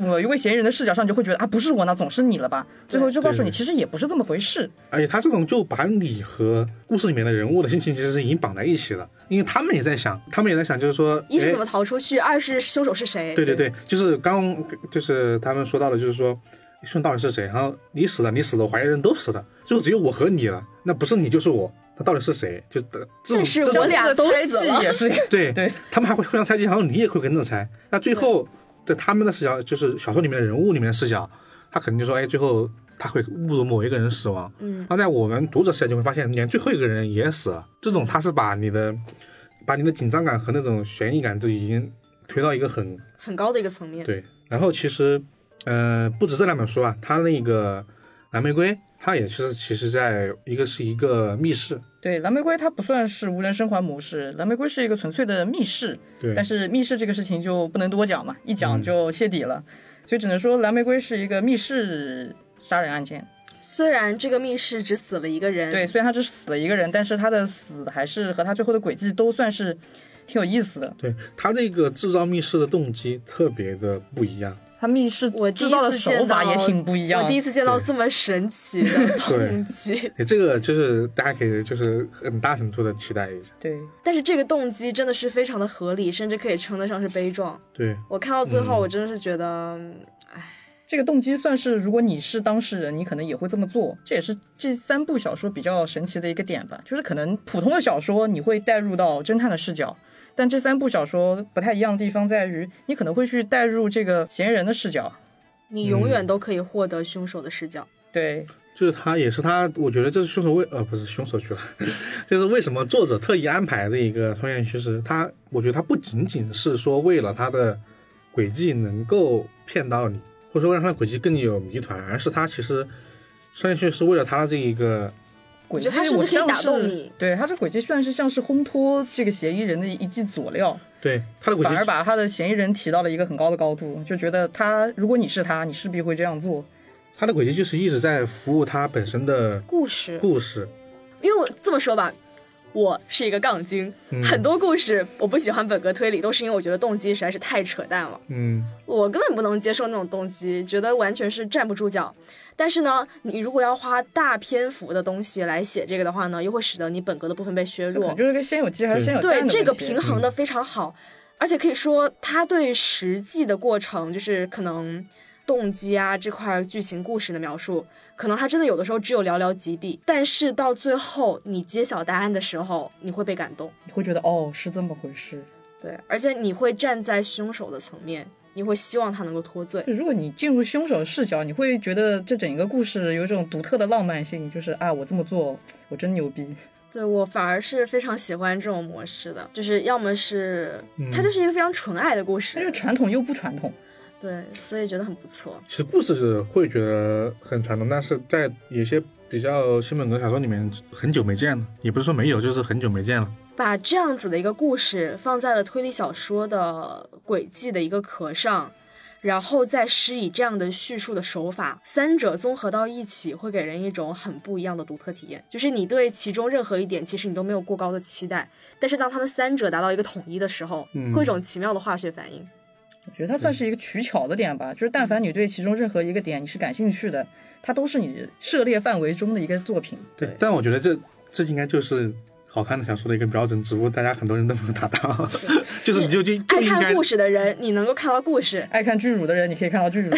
Speaker 3: 某一位嫌疑人的视角上，你就会觉得啊，不是我，那总是你了吧？最后就告诉你，
Speaker 4: 对对
Speaker 3: 其实也不是这么回事。
Speaker 4: 而且他这种就把你和故事里面的人物的心情其实是已经绑在一起了，因为他们也在想，他们也在想，就是说，
Speaker 2: 一是
Speaker 4: 哎
Speaker 2: 怎么逃出去，二是凶手是谁。
Speaker 4: 对对对，就是刚就是他们说到的，就是说，凶手到底是谁？然后你死了，你死了，我怀疑的人都死了，最后只有我和你了，那不是你就是我，那到底是谁？就这种
Speaker 2: 但是
Speaker 4: 这种
Speaker 2: 我俩都
Speaker 3: 猜
Speaker 2: 死了
Speaker 3: 忌也是一个
Speaker 4: 对
Speaker 3: 对
Speaker 4: 他们还会互相猜忌，然后你也会跟着猜。那最后在他们的视角，就是小说里面的人物里面的视角，他肯定就说，哎，最后他会侮辱某一个人死亡。
Speaker 2: 嗯，
Speaker 4: 那在我们读者视角就会发现，连最后一个人也死了。这种他是把你的把你的紧张感和那种悬疑感都已经推到一个很
Speaker 2: 很高的一个层面。
Speaker 4: 对，然后其实，呃，不止这两本书啊，它那个蓝玫瑰，它也是其实在一个是一个密室，
Speaker 3: 对，蓝玫瑰它不算是无人生还模式，蓝玫瑰是一个纯粹的密室，
Speaker 4: 对，
Speaker 3: 但是密室这个事情就不能多讲嘛，一讲就泄底了，所以只能说蓝玫瑰是一个密室杀人案件。
Speaker 2: 虽然这个密室只死了一个人，
Speaker 3: 对，，虽然他只死了一个人，但是他的死还是和他最后的轨迹都算是挺有意思的。
Speaker 4: 对它这个制造密室的动机特别的不一样，
Speaker 3: 他密室
Speaker 2: 我第
Speaker 3: 制
Speaker 2: 一
Speaker 3: 造的
Speaker 2: 次
Speaker 3: 手
Speaker 2: 见
Speaker 3: 法也
Speaker 2: 到
Speaker 3: 挺不一样
Speaker 2: 我第一
Speaker 3: 的。
Speaker 2: 次见到这么神奇的动机，
Speaker 4: 你这个就是大家可以就是很大程度的期待一下，
Speaker 3: 对，
Speaker 2: 但是这个动机真的是非常的合理，甚至可以称得上是悲壮。
Speaker 4: 对，
Speaker 2: 我看到最后，
Speaker 4: 嗯
Speaker 2: 我真的是觉得，
Speaker 3: 这个动机算是，如果你是当事人，你可能也会这么做。这也是这三部小说比较神奇的一个点吧，就是可能普通的小说你会带入到侦探的视角，但这三部小说不太一样的地方在于，你可能会去带入这个嫌疑人的视角。
Speaker 2: 你永远都可以获得凶手的视角。
Speaker 3: 对，
Speaker 4: 就是他也是他，我觉得这是凶手为呃不是凶手去了， 就是为什么作者特意安排这一个双线叙事，他我觉得他不仅仅是说为了他的轨迹能够骗到你，或者说让他的轨迹更有谜团，而是他其实双线叙事是为了他的这一个
Speaker 3: 轨
Speaker 2: 觉
Speaker 3: 迹
Speaker 2: 得它是不
Speaker 3: 我
Speaker 2: 是可以
Speaker 3: 像
Speaker 2: 打
Speaker 3: 是
Speaker 2: 动你
Speaker 3: 对他这轨迹算是像是烘托这个嫌疑人的一剂佐料，
Speaker 4: 对他的轨
Speaker 3: 反而
Speaker 4: 迹，
Speaker 3: 把他的嫌疑人提到了一个很高的高度，就觉得他如果你是他，你势必会这样做。
Speaker 4: 他的轨迹就是一直在服务他本身的
Speaker 2: 故事，
Speaker 4: 故事。
Speaker 2: 因为我这么说吧，我是一个杠精，很多故事我不喜欢本格推理，都是因为我觉得动机实在是太扯淡了，
Speaker 4: 嗯，
Speaker 2: 我根本不能接受那种动机，觉得完全是站不住脚。但是呢，你如果要花大篇幅的东西来写这个的话呢，又会使得你本格的部分被削
Speaker 3: 这可
Speaker 2: 弱
Speaker 3: 能。就是个先有鸡还是先有蛋的
Speaker 2: 对
Speaker 3: 问题
Speaker 2: 这个平衡的非常好，而且可以说他对实际的过程，就是可能嗯动机啊这块剧情故事的描述，可能他真的有的时候只有寥寥几笔，但是到最后你揭晓答案的时候，你会被感动，
Speaker 3: 你会觉得哦是这么回事。
Speaker 2: 对，而且你会站在凶手的层面，你会希望他能够脱罪。
Speaker 3: 就如果你进入凶手视角，你会觉得这整个故事有一种独特的浪漫性，就是啊我这么做我真牛逼。
Speaker 2: 对我反而是非常喜欢这种模式的，就是要么是
Speaker 4: 嗯哎
Speaker 2: 它就是一个非常纯爱的故事，
Speaker 3: 但是传统又不传统，
Speaker 2: 对，所以觉得很不错。
Speaker 4: 其实故事是会觉得很传统，但是在有些比较新本格小说里面很久没见了，也不是说没有，就是很久没见了。
Speaker 2: 把这样子的一个故事放在了推理小说的轨迹的一个壳上，然后再施以这样的叙述的手法，三者综合到一起，会给人一种很不一样的独特体验。就是你对其中任何一点，其实你都没有过高的期待，但是当他们三者达到一个统一的时候，
Speaker 4: 嗯
Speaker 2: 会有一种奇妙的化学反应。
Speaker 3: 我觉得它算是一个取巧的点吧。就是但凡你对其中任何一个点你是感兴趣的，它都是你涉猎范围中的一个作品。
Speaker 4: 对，但我觉得这这应该就是好看的小说的一个标准，只不过大家很多人都没有达到， 就是你就就就
Speaker 2: 爱
Speaker 4: 应该
Speaker 2: 看故事的人，你能够看到故事。
Speaker 3: 爱看巨乳的人， 你可以看到巨乳。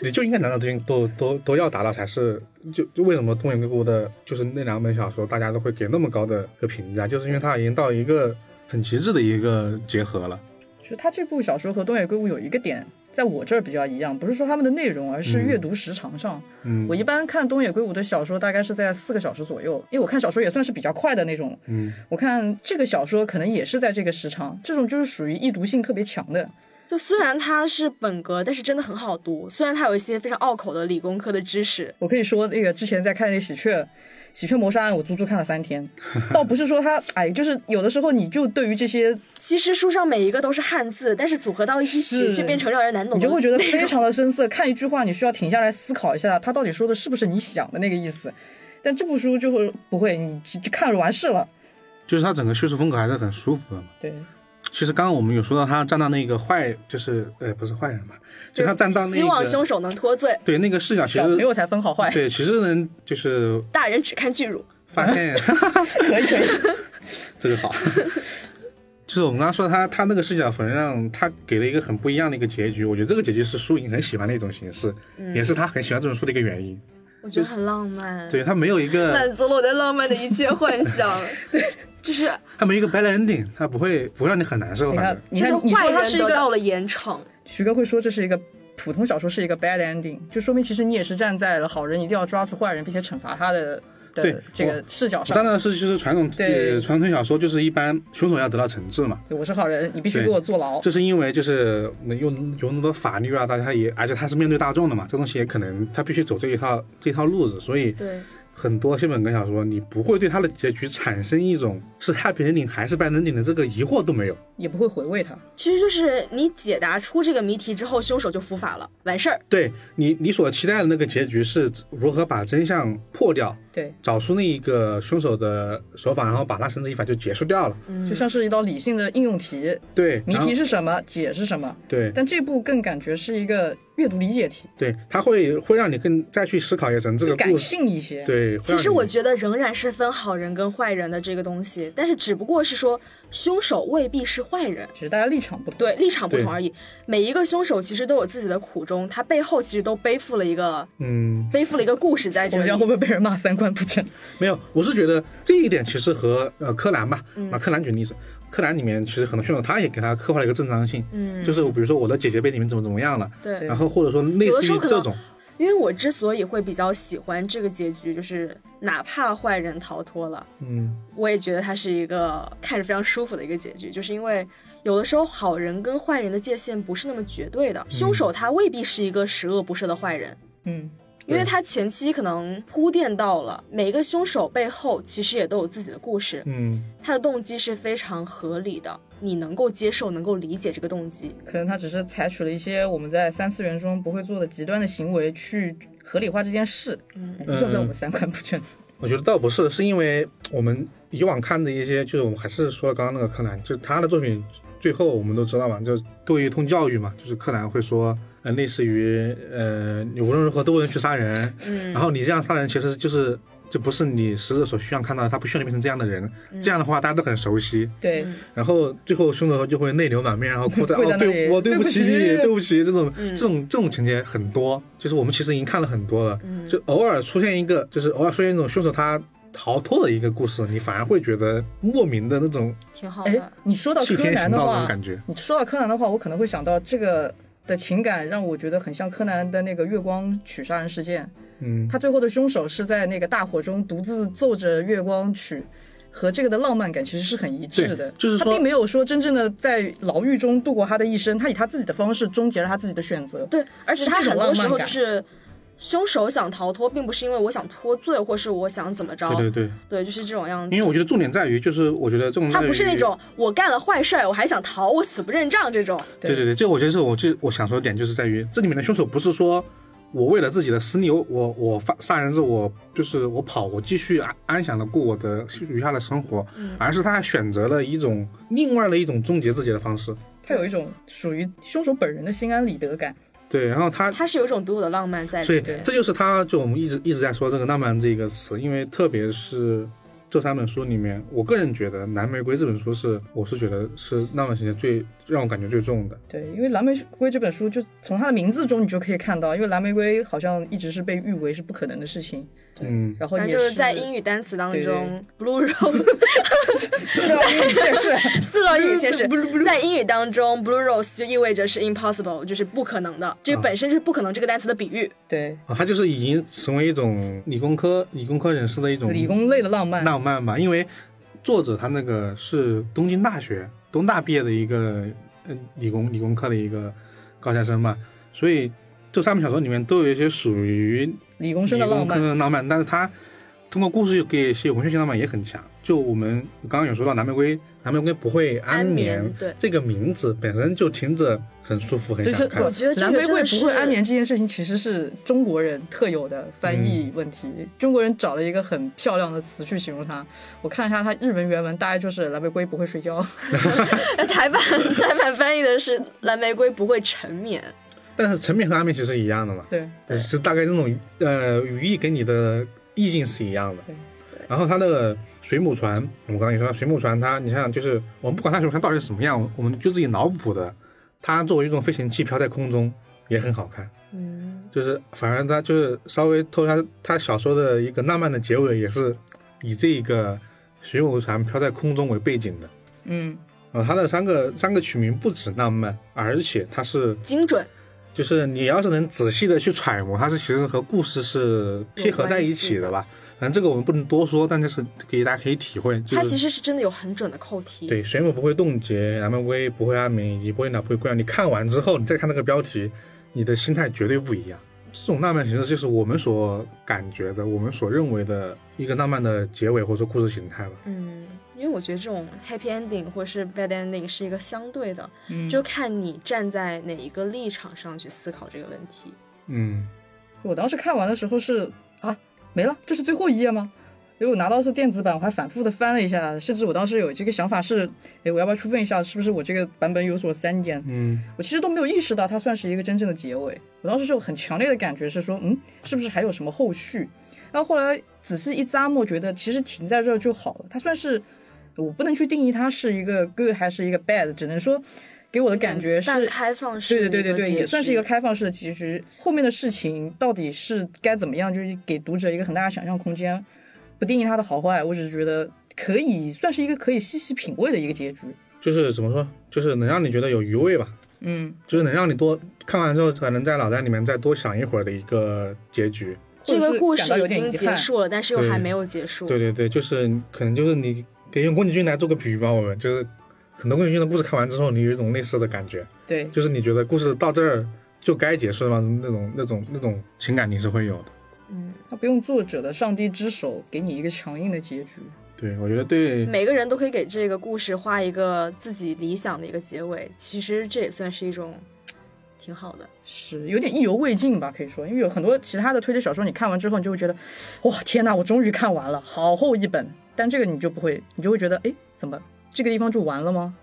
Speaker 4: 你就应该拿到东西都都都要达到才是，就就为什么东野圭吾的就是那两本小说大家都会给那么高的一个评价，就是因为它已经到一个很极致的一个结合了。
Speaker 3: 就是他这部小说和东野圭吾有一个点，在我这儿比较一样，不是说他们的内容，而是阅读时长上。
Speaker 4: 嗯，
Speaker 3: 我一般看东野圭吾的小说，大概是在四个小时左右，因为我看小说也算是比较快的那种。
Speaker 4: 嗯，
Speaker 3: 我看这个小说可能也是在这个时长，这种就是属于易读性特别强的。
Speaker 2: 就虽然它是本格，但是真的很好读。虽然它有一些非常拗口的理工科的知识，
Speaker 3: 我可以说，那个之前在看那个喜鹊。喜鹊谋杀案，我足足看了三天，倒不是说他，哎，就是有的时候你就对于这些，
Speaker 2: 其实书上每一个都是汉字，但是组合到一起
Speaker 3: 是
Speaker 2: 却变成让人难懂的内
Speaker 3: 你就
Speaker 2: 容。
Speaker 3: 会觉得非常的生涩。看一句话，你需要停下来思考一下，他到底说的是不是你想的那个意思。但这部书就会不会，你就就看完事了。
Speaker 4: 就是它整个叙事风格还是很舒服的嘛。
Speaker 3: 对，
Speaker 4: 其实刚刚我们有说到他站到那个坏，就是呃不是坏人吧，就他站到那个
Speaker 2: 希望凶手能脱罪，
Speaker 4: 对那个视角，其
Speaker 3: 小朋
Speaker 4: 实
Speaker 3: 友才分好坏，
Speaker 4: 对其实能就是
Speaker 2: 大人只看巨乳。
Speaker 4: 发 现。
Speaker 3: 可以可以。
Speaker 4: 这个好。就是我们刚刚说他他那个视角，反正让他给了一个很不一样的一个结局。我觉得这个结局是书影很喜欢的一种形式，也是他很喜欢这种书的一个原因。
Speaker 2: 我觉得很浪漫，
Speaker 4: 对他没有一个
Speaker 2: 满足了我对浪漫的一切幻 想。就是
Speaker 4: 他没有一个 bad ending，他不会不会让你很难受。
Speaker 3: 你
Speaker 4: 反
Speaker 3: 看
Speaker 4: 正，
Speaker 3: 你
Speaker 2: 就
Speaker 3: 看，
Speaker 2: 是
Speaker 3: 你
Speaker 2: 坏
Speaker 3: 说他
Speaker 2: 人
Speaker 3: 是一
Speaker 2: 得到
Speaker 3: 个，
Speaker 2: 了严惩，
Speaker 3: 徐哥会说这是一个普通小说是一个 bad ending，就说明其实你也是站在了好人一定要抓住坏人并且惩罚他的
Speaker 4: 对
Speaker 3: 的这个视角
Speaker 4: 我当
Speaker 3: 上。
Speaker 4: 然是就是传统
Speaker 3: 对
Speaker 4: 呃传统小说就是一般凶手要得到惩治嘛，
Speaker 3: 对我是好人，你必须
Speaker 4: 对
Speaker 3: 给我坐牢。
Speaker 4: 这是因为就是用有那么多法律啊，大家也而且他是面对大众的嘛，这东西也可能他必须走这一套这一套路子，所以
Speaker 2: 对，
Speaker 4: 很多现本格小说你不会对它的结局产生一种是 happy ending 还是 bad ending 的这个疑惑都没有。
Speaker 3: 也不会回味他。
Speaker 2: 其实就是你解答出这个谜题之后，凶手就伏法了，完事儿。
Speaker 4: 对你你所期待的那个结局是如何把真相破掉，
Speaker 3: 对，
Speaker 4: 找出那一个凶手的手法，然后把他绳之以法就结束掉了。
Speaker 3: 就像是一道理性的应用题，
Speaker 4: 对，
Speaker 3: 嗯谜
Speaker 4: 然后
Speaker 3: 题是什么，解是什么。
Speaker 4: 对
Speaker 3: 但这部更感觉是一个阅读理解题，
Speaker 4: 对，他会会让你更再去思考一层这个
Speaker 3: 感
Speaker 4: 故事。
Speaker 3: 性一些。
Speaker 4: 对，会
Speaker 2: 其
Speaker 4: 让
Speaker 2: 实我
Speaker 4: 你
Speaker 2: 觉得仍然是分好人跟坏人的这个东西，但是只不过是说凶手未必是坏人，
Speaker 3: 只是大家立场不同。
Speaker 2: 对，立场不
Speaker 4: 对
Speaker 2: 同而已。每一个凶手其实都有自己的苦衷，他背后其实都背负了一个
Speaker 4: 嗯
Speaker 2: 背负了一个故事在
Speaker 3: 我
Speaker 2: 这
Speaker 3: 们这样会
Speaker 2: 里。
Speaker 3: 不会被人骂三观不正？
Speaker 4: 没有，我是觉得这一点其实和呃柯南吧，拿柯南举例子，柯南里面其实很多凶手他也给他刻画了一个正常性，
Speaker 2: 嗯
Speaker 4: 就是比如说我的姐姐被你们怎么怎么样了，
Speaker 2: 对
Speaker 4: 然，后或者说类
Speaker 2: 有的
Speaker 4: 似
Speaker 2: 时
Speaker 4: 于
Speaker 2: 候可
Speaker 4: 这
Speaker 2: 能
Speaker 4: 种，
Speaker 2: 因为我之所以会比较喜欢这个结局，就是哪怕坏人逃脱了，
Speaker 4: 嗯。
Speaker 2: 我也觉得它是一个看着非常舒服的一个结局，就是因为有的时候好人跟坏人的界限不是那么绝对的，
Speaker 4: 嗯
Speaker 2: 凶手他未必是一个十恶不赦的坏人，
Speaker 3: 嗯，
Speaker 2: 因为
Speaker 4: 对
Speaker 2: 他前期可能铺垫到了每个凶手背后其实也都有自己的故事，
Speaker 4: 嗯，
Speaker 2: 他的动机是非常合理的，你能够接受、能够理解这个动机。
Speaker 3: 可能他只是采取了一些我们在三次元中不会做的极端的行为去合理化这件事，嗯，算不算我们三观不正？
Speaker 4: 我觉得倒不是，是因为我们以往看的一些，就是我们还是说刚刚那个柯南，就他的作品，最后我们都知道嘛，就对一通教育嘛，就是柯南会说，呃，类似于呃，你无论如何都不能去杀人，嗯，然后你这样杀人其实就是。就不是你死者所需要看到的，他不需要你变成这样的人。
Speaker 2: 嗯
Speaker 4: 这样的话，大家都很熟悉。
Speaker 3: 对，
Speaker 4: 然后最后凶手就会泪流满面，然后哭着
Speaker 3: 跪在
Speaker 4: 哦，
Speaker 3: 那
Speaker 4: 对
Speaker 3: 里
Speaker 4: 我对不起你，
Speaker 3: 对不起
Speaker 4: 对不起，这种、这种这种情节很多，就是我们其实已经看了很多了，就偶尔出现一个，就是偶尔出现一种凶手他逃脱的一个故事，你反而会觉得莫名的那种
Speaker 2: 挺好
Speaker 3: 哎
Speaker 2: 的，，
Speaker 3: 你说到
Speaker 4: 弃
Speaker 3: 柯
Speaker 4: 天
Speaker 3: 南
Speaker 4: 行
Speaker 3: 的
Speaker 4: 道的那
Speaker 3: 话
Speaker 4: 种，感觉。
Speaker 3: 你说到柯南的话，我可能会想到这个的情感让我觉得很像柯南的那个月光曲杀人事件，
Speaker 4: 嗯，
Speaker 3: 他最后的凶手是在那个大火中独自奏着月光曲。和这个的浪漫感其实是很一致的
Speaker 4: 对，就是
Speaker 3: 他
Speaker 4: 说
Speaker 3: 并没有说真正的在牢狱中度过他的一生，他以他自己的方式终结了他自己的选择。
Speaker 2: 对，而且他
Speaker 3: 是这
Speaker 2: 很
Speaker 3: 种
Speaker 2: 多时
Speaker 3: 浪漫
Speaker 2: 候就
Speaker 3: 感
Speaker 2: 是凶手想逃脱，并不是因为我想脱罪，或是我想怎么着，
Speaker 4: 对对对，
Speaker 2: 对就是这种样子
Speaker 4: 因为。我觉得重点在于，就是我觉得这种
Speaker 2: 嗯他
Speaker 4: 在
Speaker 2: 不是
Speaker 4: 于
Speaker 2: 那种我干了坏事儿，我还想逃，我死不认账这种。
Speaker 4: 对对对，这我觉得是我最我想说的点，就是在于这里面的凶手不是说我为了自己的私利，我我我发杀人之后，我就是我跑，我继续安安详的过我的余下的生活，而是他还选择了一种另外的一种终结自己的方式。
Speaker 3: 他有一种属于凶手本人的心安理得感。
Speaker 4: 对，然后他
Speaker 2: 他是有一种独有的浪漫在
Speaker 4: 所
Speaker 2: 里
Speaker 4: 以
Speaker 2: 面。
Speaker 4: 这就是他，就我们一直一直在说这个“浪漫”这个词，因为特别是这三本书里面，我个人觉得《蓝玫瑰》这本书是，我是觉得是浪漫情节最让我感觉最重的。
Speaker 3: 对，因为《蓝玫瑰》这本书，就从它的名字中你就可以看到，因为蓝玫瑰好像一直是被誉为是不可能的事情，
Speaker 4: 嗯，
Speaker 3: 然后
Speaker 2: 反
Speaker 3: 也
Speaker 2: 正就是 在英
Speaker 3: 语
Speaker 2: 语单词当
Speaker 3: 对对
Speaker 2: 中，blue rose
Speaker 3: 对英语现实
Speaker 2: 四落英语先是
Speaker 3: 不是不是
Speaker 2: 在英语当中，blue rose 就意味着是 impossible，就是不可能
Speaker 3: 啊
Speaker 2: 的，这本身就是不可能这个单词的比 喻。
Speaker 3: 对
Speaker 4: 啊，它就是已经成为一种理工科理工科人士的一种
Speaker 3: 理工类的浪漫，
Speaker 4: 浪漫吧，因为作者他那个是东京大学东大毕业的一个嗯理工理工科的一个高材生嘛，所以这三本小说里面都有一些属于
Speaker 3: 理工生
Speaker 4: 理
Speaker 3: 的
Speaker 4: 工
Speaker 3: 浪
Speaker 4: 科
Speaker 3: 漫，
Speaker 4: 的浪漫，但是他通过故事给一些文学性浪漫也很强。就我们刚刚有说到蓝玫瑰，蓝玫瑰不会安眠，
Speaker 2: 安眠对
Speaker 4: 这个名字本身就听着很舒服，很
Speaker 3: 就是
Speaker 4: 想看。
Speaker 2: 我觉得这
Speaker 3: 蓝
Speaker 2: 个
Speaker 3: 玫瑰
Speaker 2: 真
Speaker 3: 不
Speaker 2: 的
Speaker 3: 会
Speaker 2: 是
Speaker 3: 安眠这件事情，其实是中国人特有的翻
Speaker 4: 嗯
Speaker 3: 译问题。中国人找了一个很漂亮的词去形容它，我看一下它日文原文，大概就是蓝玫瑰不会睡觉。
Speaker 2: 那台版台版翻译的是蓝玫瑰不会沉眠，
Speaker 4: 但是成眠和安眠其实是一样的嘛，
Speaker 3: 对，
Speaker 4: 是大概那种呃语义跟你的意境是一样的
Speaker 3: 对。
Speaker 4: 然后它那个水母船，我们刚刚也说到水母船它，你想想就是我们不管它水母船到底是什么样，我们就自己脑补的。它作为一种飞行器飘在空中也很好看，嗯，就是反而它就是稍微偷它它小说的一个浪漫的结尾，也是以这个水母船飘在空中为背景的。呃
Speaker 3: 嗯，
Speaker 4: 啊、它的三个三个曲名不止浪漫，而且它是
Speaker 2: 精准。
Speaker 4: 就是你要是能仔细的去揣摩，它是其实和故事是贴合在一起的吧。反正这个我们不能多说，但就是给大家可以体会，就
Speaker 2: 它
Speaker 4: 是
Speaker 2: 其实是真的有很准的扣题。
Speaker 4: 对，水母不会冻结，蓝玫瑰不会安眠，以及波丽娜不会怪。你看完之后，你再看那个标题，你的心态绝对不一样。这种浪漫形式就是我们所感觉的，我们所认为的一个浪漫的结尾或者说故事形态吧。
Speaker 2: 嗯，因为我觉得这种 happy ending 或是 bad ending 是一个相对的，
Speaker 3: 嗯
Speaker 2: 就看你站在哪一个立场上去思考这个问题。
Speaker 4: 嗯，
Speaker 3: 我当时看完的时候是啊，没了，这是最后一页吗？因为我拿到的是电子版，我还反复的翻了一下，甚至我当时有这个想法是，哎，我要不要去问一下，是不是我这个版本有所删减？
Speaker 4: 嗯，
Speaker 3: 我其实都没有意识到它算是一个真正的结尾。我当时是有很强烈的感觉是说，嗯，是不是还有什么后续？然后后来仔细一咂摸，觉得其实停在这儿就好了。它算是，我不能去定义它是一个 good 还是一个 bad，只能说给我的感觉是
Speaker 2: 但嗯开放式
Speaker 3: 对
Speaker 2: 的
Speaker 3: 对对
Speaker 2: 一个
Speaker 3: 对对，
Speaker 2: 结
Speaker 3: 也算是一个
Speaker 2: 局
Speaker 3: 开放式的结局。后面的事情到底是该怎么样，就是给读者一个很大的想象空间，不定义它的好坏，我只是觉得可以算是一个可以细细品味的一个结局。
Speaker 4: 就是怎么说，就是能让你觉得有余味吧，
Speaker 3: 嗯，
Speaker 4: 就是能让你多看完之后，才能在脑袋里面再多想一会儿的一个结局。
Speaker 2: 这
Speaker 3: 或者
Speaker 2: 个
Speaker 3: 是
Speaker 2: 故事
Speaker 3: 感到有
Speaker 2: 已
Speaker 3: 点
Speaker 2: 经
Speaker 3: 遗
Speaker 2: 结
Speaker 3: 憾。
Speaker 2: 束了，但是又还
Speaker 4: 对
Speaker 2: 没有结束。
Speaker 4: 对对对，就是可能就是你可以用宫崎骏来做个比喻吧，我们就是很多宫崎骏的故事看完之后，你有一种类似的感觉。
Speaker 3: 对，
Speaker 4: 就是你觉得故事到这儿就该结束了吗？那种那种那种情感你是会有的。
Speaker 2: 嗯，
Speaker 3: 他不用作者的上帝之手给你一个强硬的结局。
Speaker 4: 对，我觉得对，
Speaker 2: 每个人都可以给这个故事画一个自己理想的一个结尾，其实这也算是一种挺好的。
Speaker 3: 是有点意犹未尽吧，可以说，因为有很多其他的推理小说，你看完之后，你就会觉得，哇，天呐，我终于看完了，好厚一本。但这个你就不会，你就会觉得，哎，怎么这个地方就完了吗？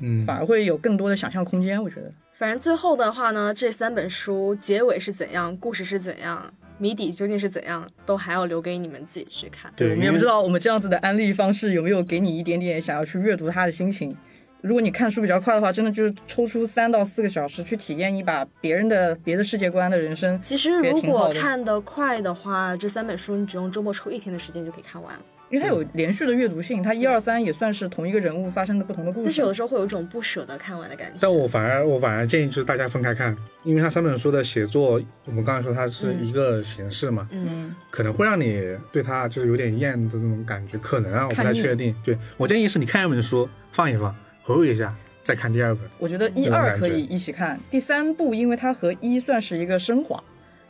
Speaker 4: 嗯，
Speaker 3: 反而会有更多的想象空间。我觉得，
Speaker 2: 反正最后的话呢，这三本书结尾是怎样，故事是怎样，谜底究竟是怎样，都还要留给你们自己去看。
Speaker 4: 对，
Speaker 3: 我
Speaker 4: 因
Speaker 3: 们也
Speaker 4: 为
Speaker 3: 不知道我们这样子的安利方式有没有给你一点点想要去阅读它的心情。如果你看书比较快的话，真的就是抽出三到四个小时去体验一把别人的别的世界观的人生。
Speaker 2: 其实
Speaker 3: 觉得
Speaker 2: 如
Speaker 3: 挺好
Speaker 2: 果
Speaker 3: 的
Speaker 2: 看得快的话，这三本书你只用周末抽一天的时间就可以看完。
Speaker 3: 因为它有连续的阅读性，它一二三也算是同一个人物发生的不同的故
Speaker 2: 但是有
Speaker 3: 事。
Speaker 2: 时候会有一种不舍得看完的感觉。
Speaker 4: 但我反而我反而建议就是大家分开看，因为它三本书的写作，我们刚才说它是
Speaker 3: 嗯
Speaker 4: 一个形式嘛，
Speaker 2: 嗯，
Speaker 4: 可能会让你对它就是有点厌的那种感觉，可能啊，我不
Speaker 3: 看
Speaker 4: 太
Speaker 3: 腻
Speaker 4: 确定。对我建议是你看一本书放一放，回味一下，再看第二本。
Speaker 3: 我觉得一
Speaker 4: 有感
Speaker 3: 二
Speaker 4: 觉
Speaker 3: 可以一起看，第三部因为它和一算是一个升华，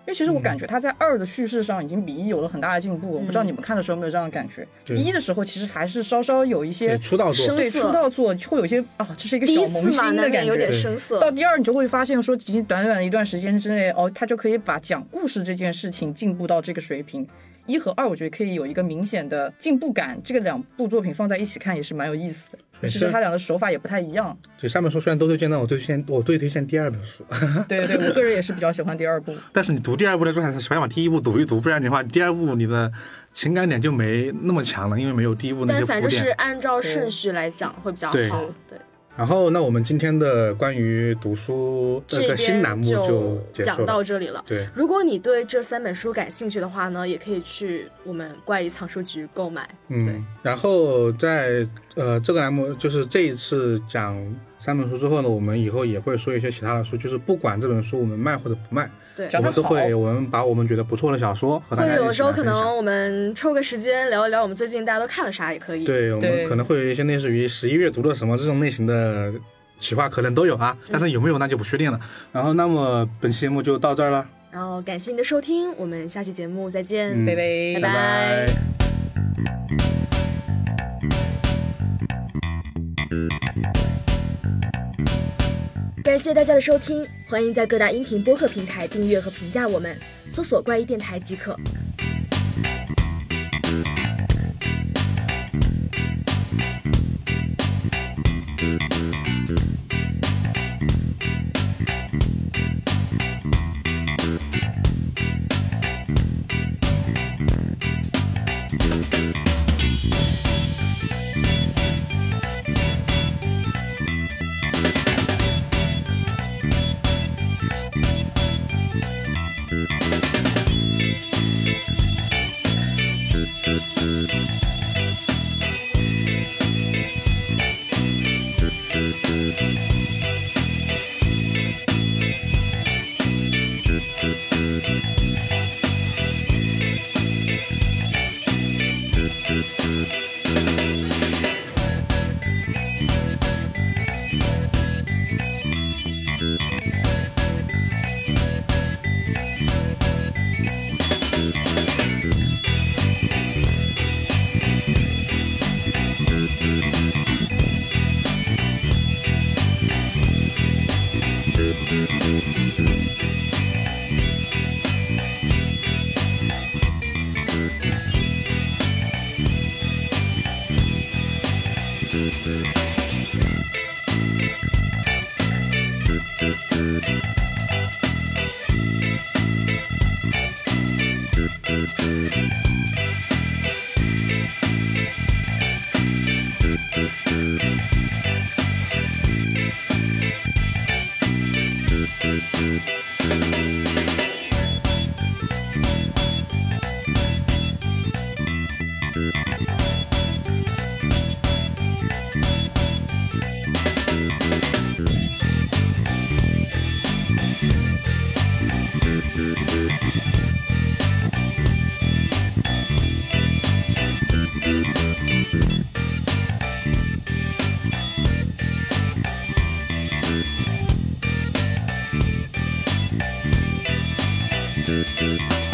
Speaker 3: 因为其实我
Speaker 4: 嗯
Speaker 3: 感觉它在二的叙事上已经比一有了很大的进步。我不知道
Speaker 2: 嗯
Speaker 3: 你们看的时候有没有这样的感觉？
Speaker 4: 对
Speaker 3: 一的时候其实还是稍稍有一些
Speaker 4: 对，出道作
Speaker 2: 生
Speaker 3: 对，
Speaker 2: 涩
Speaker 3: 出道作会有一些啊，这是一个
Speaker 2: 第
Speaker 3: 小
Speaker 2: 一
Speaker 3: 萌
Speaker 2: 次嘛，
Speaker 3: 新的
Speaker 2: 难
Speaker 3: 感
Speaker 2: 免有点
Speaker 3: 觉。
Speaker 2: 生涩。
Speaker 3: 到第二，你就会发现说，仅仅短短的一段时间之内，哦，他就可以把讲故事这件事情进步到这个水平。一和二，我觉得可以有一个明显的进步感。这个两部作品放在一起看也是蛮有意思的。
Speaker 4: 没
Speaker 3: 其
Speaker 4: 事
Speaker 3: 实他俩的手法也不太一样。
Speaker 4: 对，三本书虽然都推荐，但我最推荐我最推荐第二本书。
Speaker 3: 对对对，我个人也是比较喜欢第二部。
Speaker 4: 但是你读第二部的时候，还是想把第一部读一读，不然的话，第二部你的情感点就没那么强了，因为没有第一部那
Speaker 2: 但
Speaker 4: 些
Speaker 2: 反
Speaker 4: 铺
Speaker 2: 正就是
Speaker 4: 垫。
Speaker 2: 按照顺序来讲会比较
Speaker 4: 对
Speaker 2: 好。对，
Speaker 4: 然后，那我们今天的关于读书这
Speaker 2: 这
Speaker 4: 个新栏
Speaker 2: 边
Speaker 4: 目就结束
Speaker 2: 讲
Speaker 4: 了
Speaker 2: 到。这里了。
Speaker 4: 对，
Speaker 2: 如果你对这三本书感兴趣的话呢，也可以去我们怪异藏书局购买。对
Speaker 4: 嗯，然后在呃这个栏目，就是这一次讲三本书之后呢，我们以后也会说一些其他的书，就是不管这本书我们卖或者不卖，
Speaker 2: 对，
Speaker 3: 讲
Speaker 4: 我
Speaker 3: 得
Speaker 4: 们都会，
Speaker 3: 好
Speaker 4: 我们把我们觉得不错的小说和大
Speaker 2: 或者
Speaker 4: 家一起
Speaker 2: 有
Speaker 4: 来
Speaker 2: 的时候
Speaker 4: 分
Speaker 2: 可
Speaker 4: 享
Speaker 2: 能我们抽个时间聊一聊我们最近大家都看了啥也可以。，
Speaker 4: 对，我
Speaker 3: 对
Speaker 4: 们可能会有一些类似于十一月读了什么这种类型的企划，可能都有啊，但是有没有那就不确定了。然后，那么本期节目就到这儿了，
Speaker 2: 然后感谢你的收听，我们下期节目再见。
Speaker 4: 嗯
Speaker 3: 拜
Speaker 2: 拜
Speaker 3: 拜
Speaker 4: 拜拜
Speaker 2: 感谢大家的收听，欢迎在各大音频播客平台订阅和评价我们，搜索“怪异电台”即可。
Speaker 5: Thank you.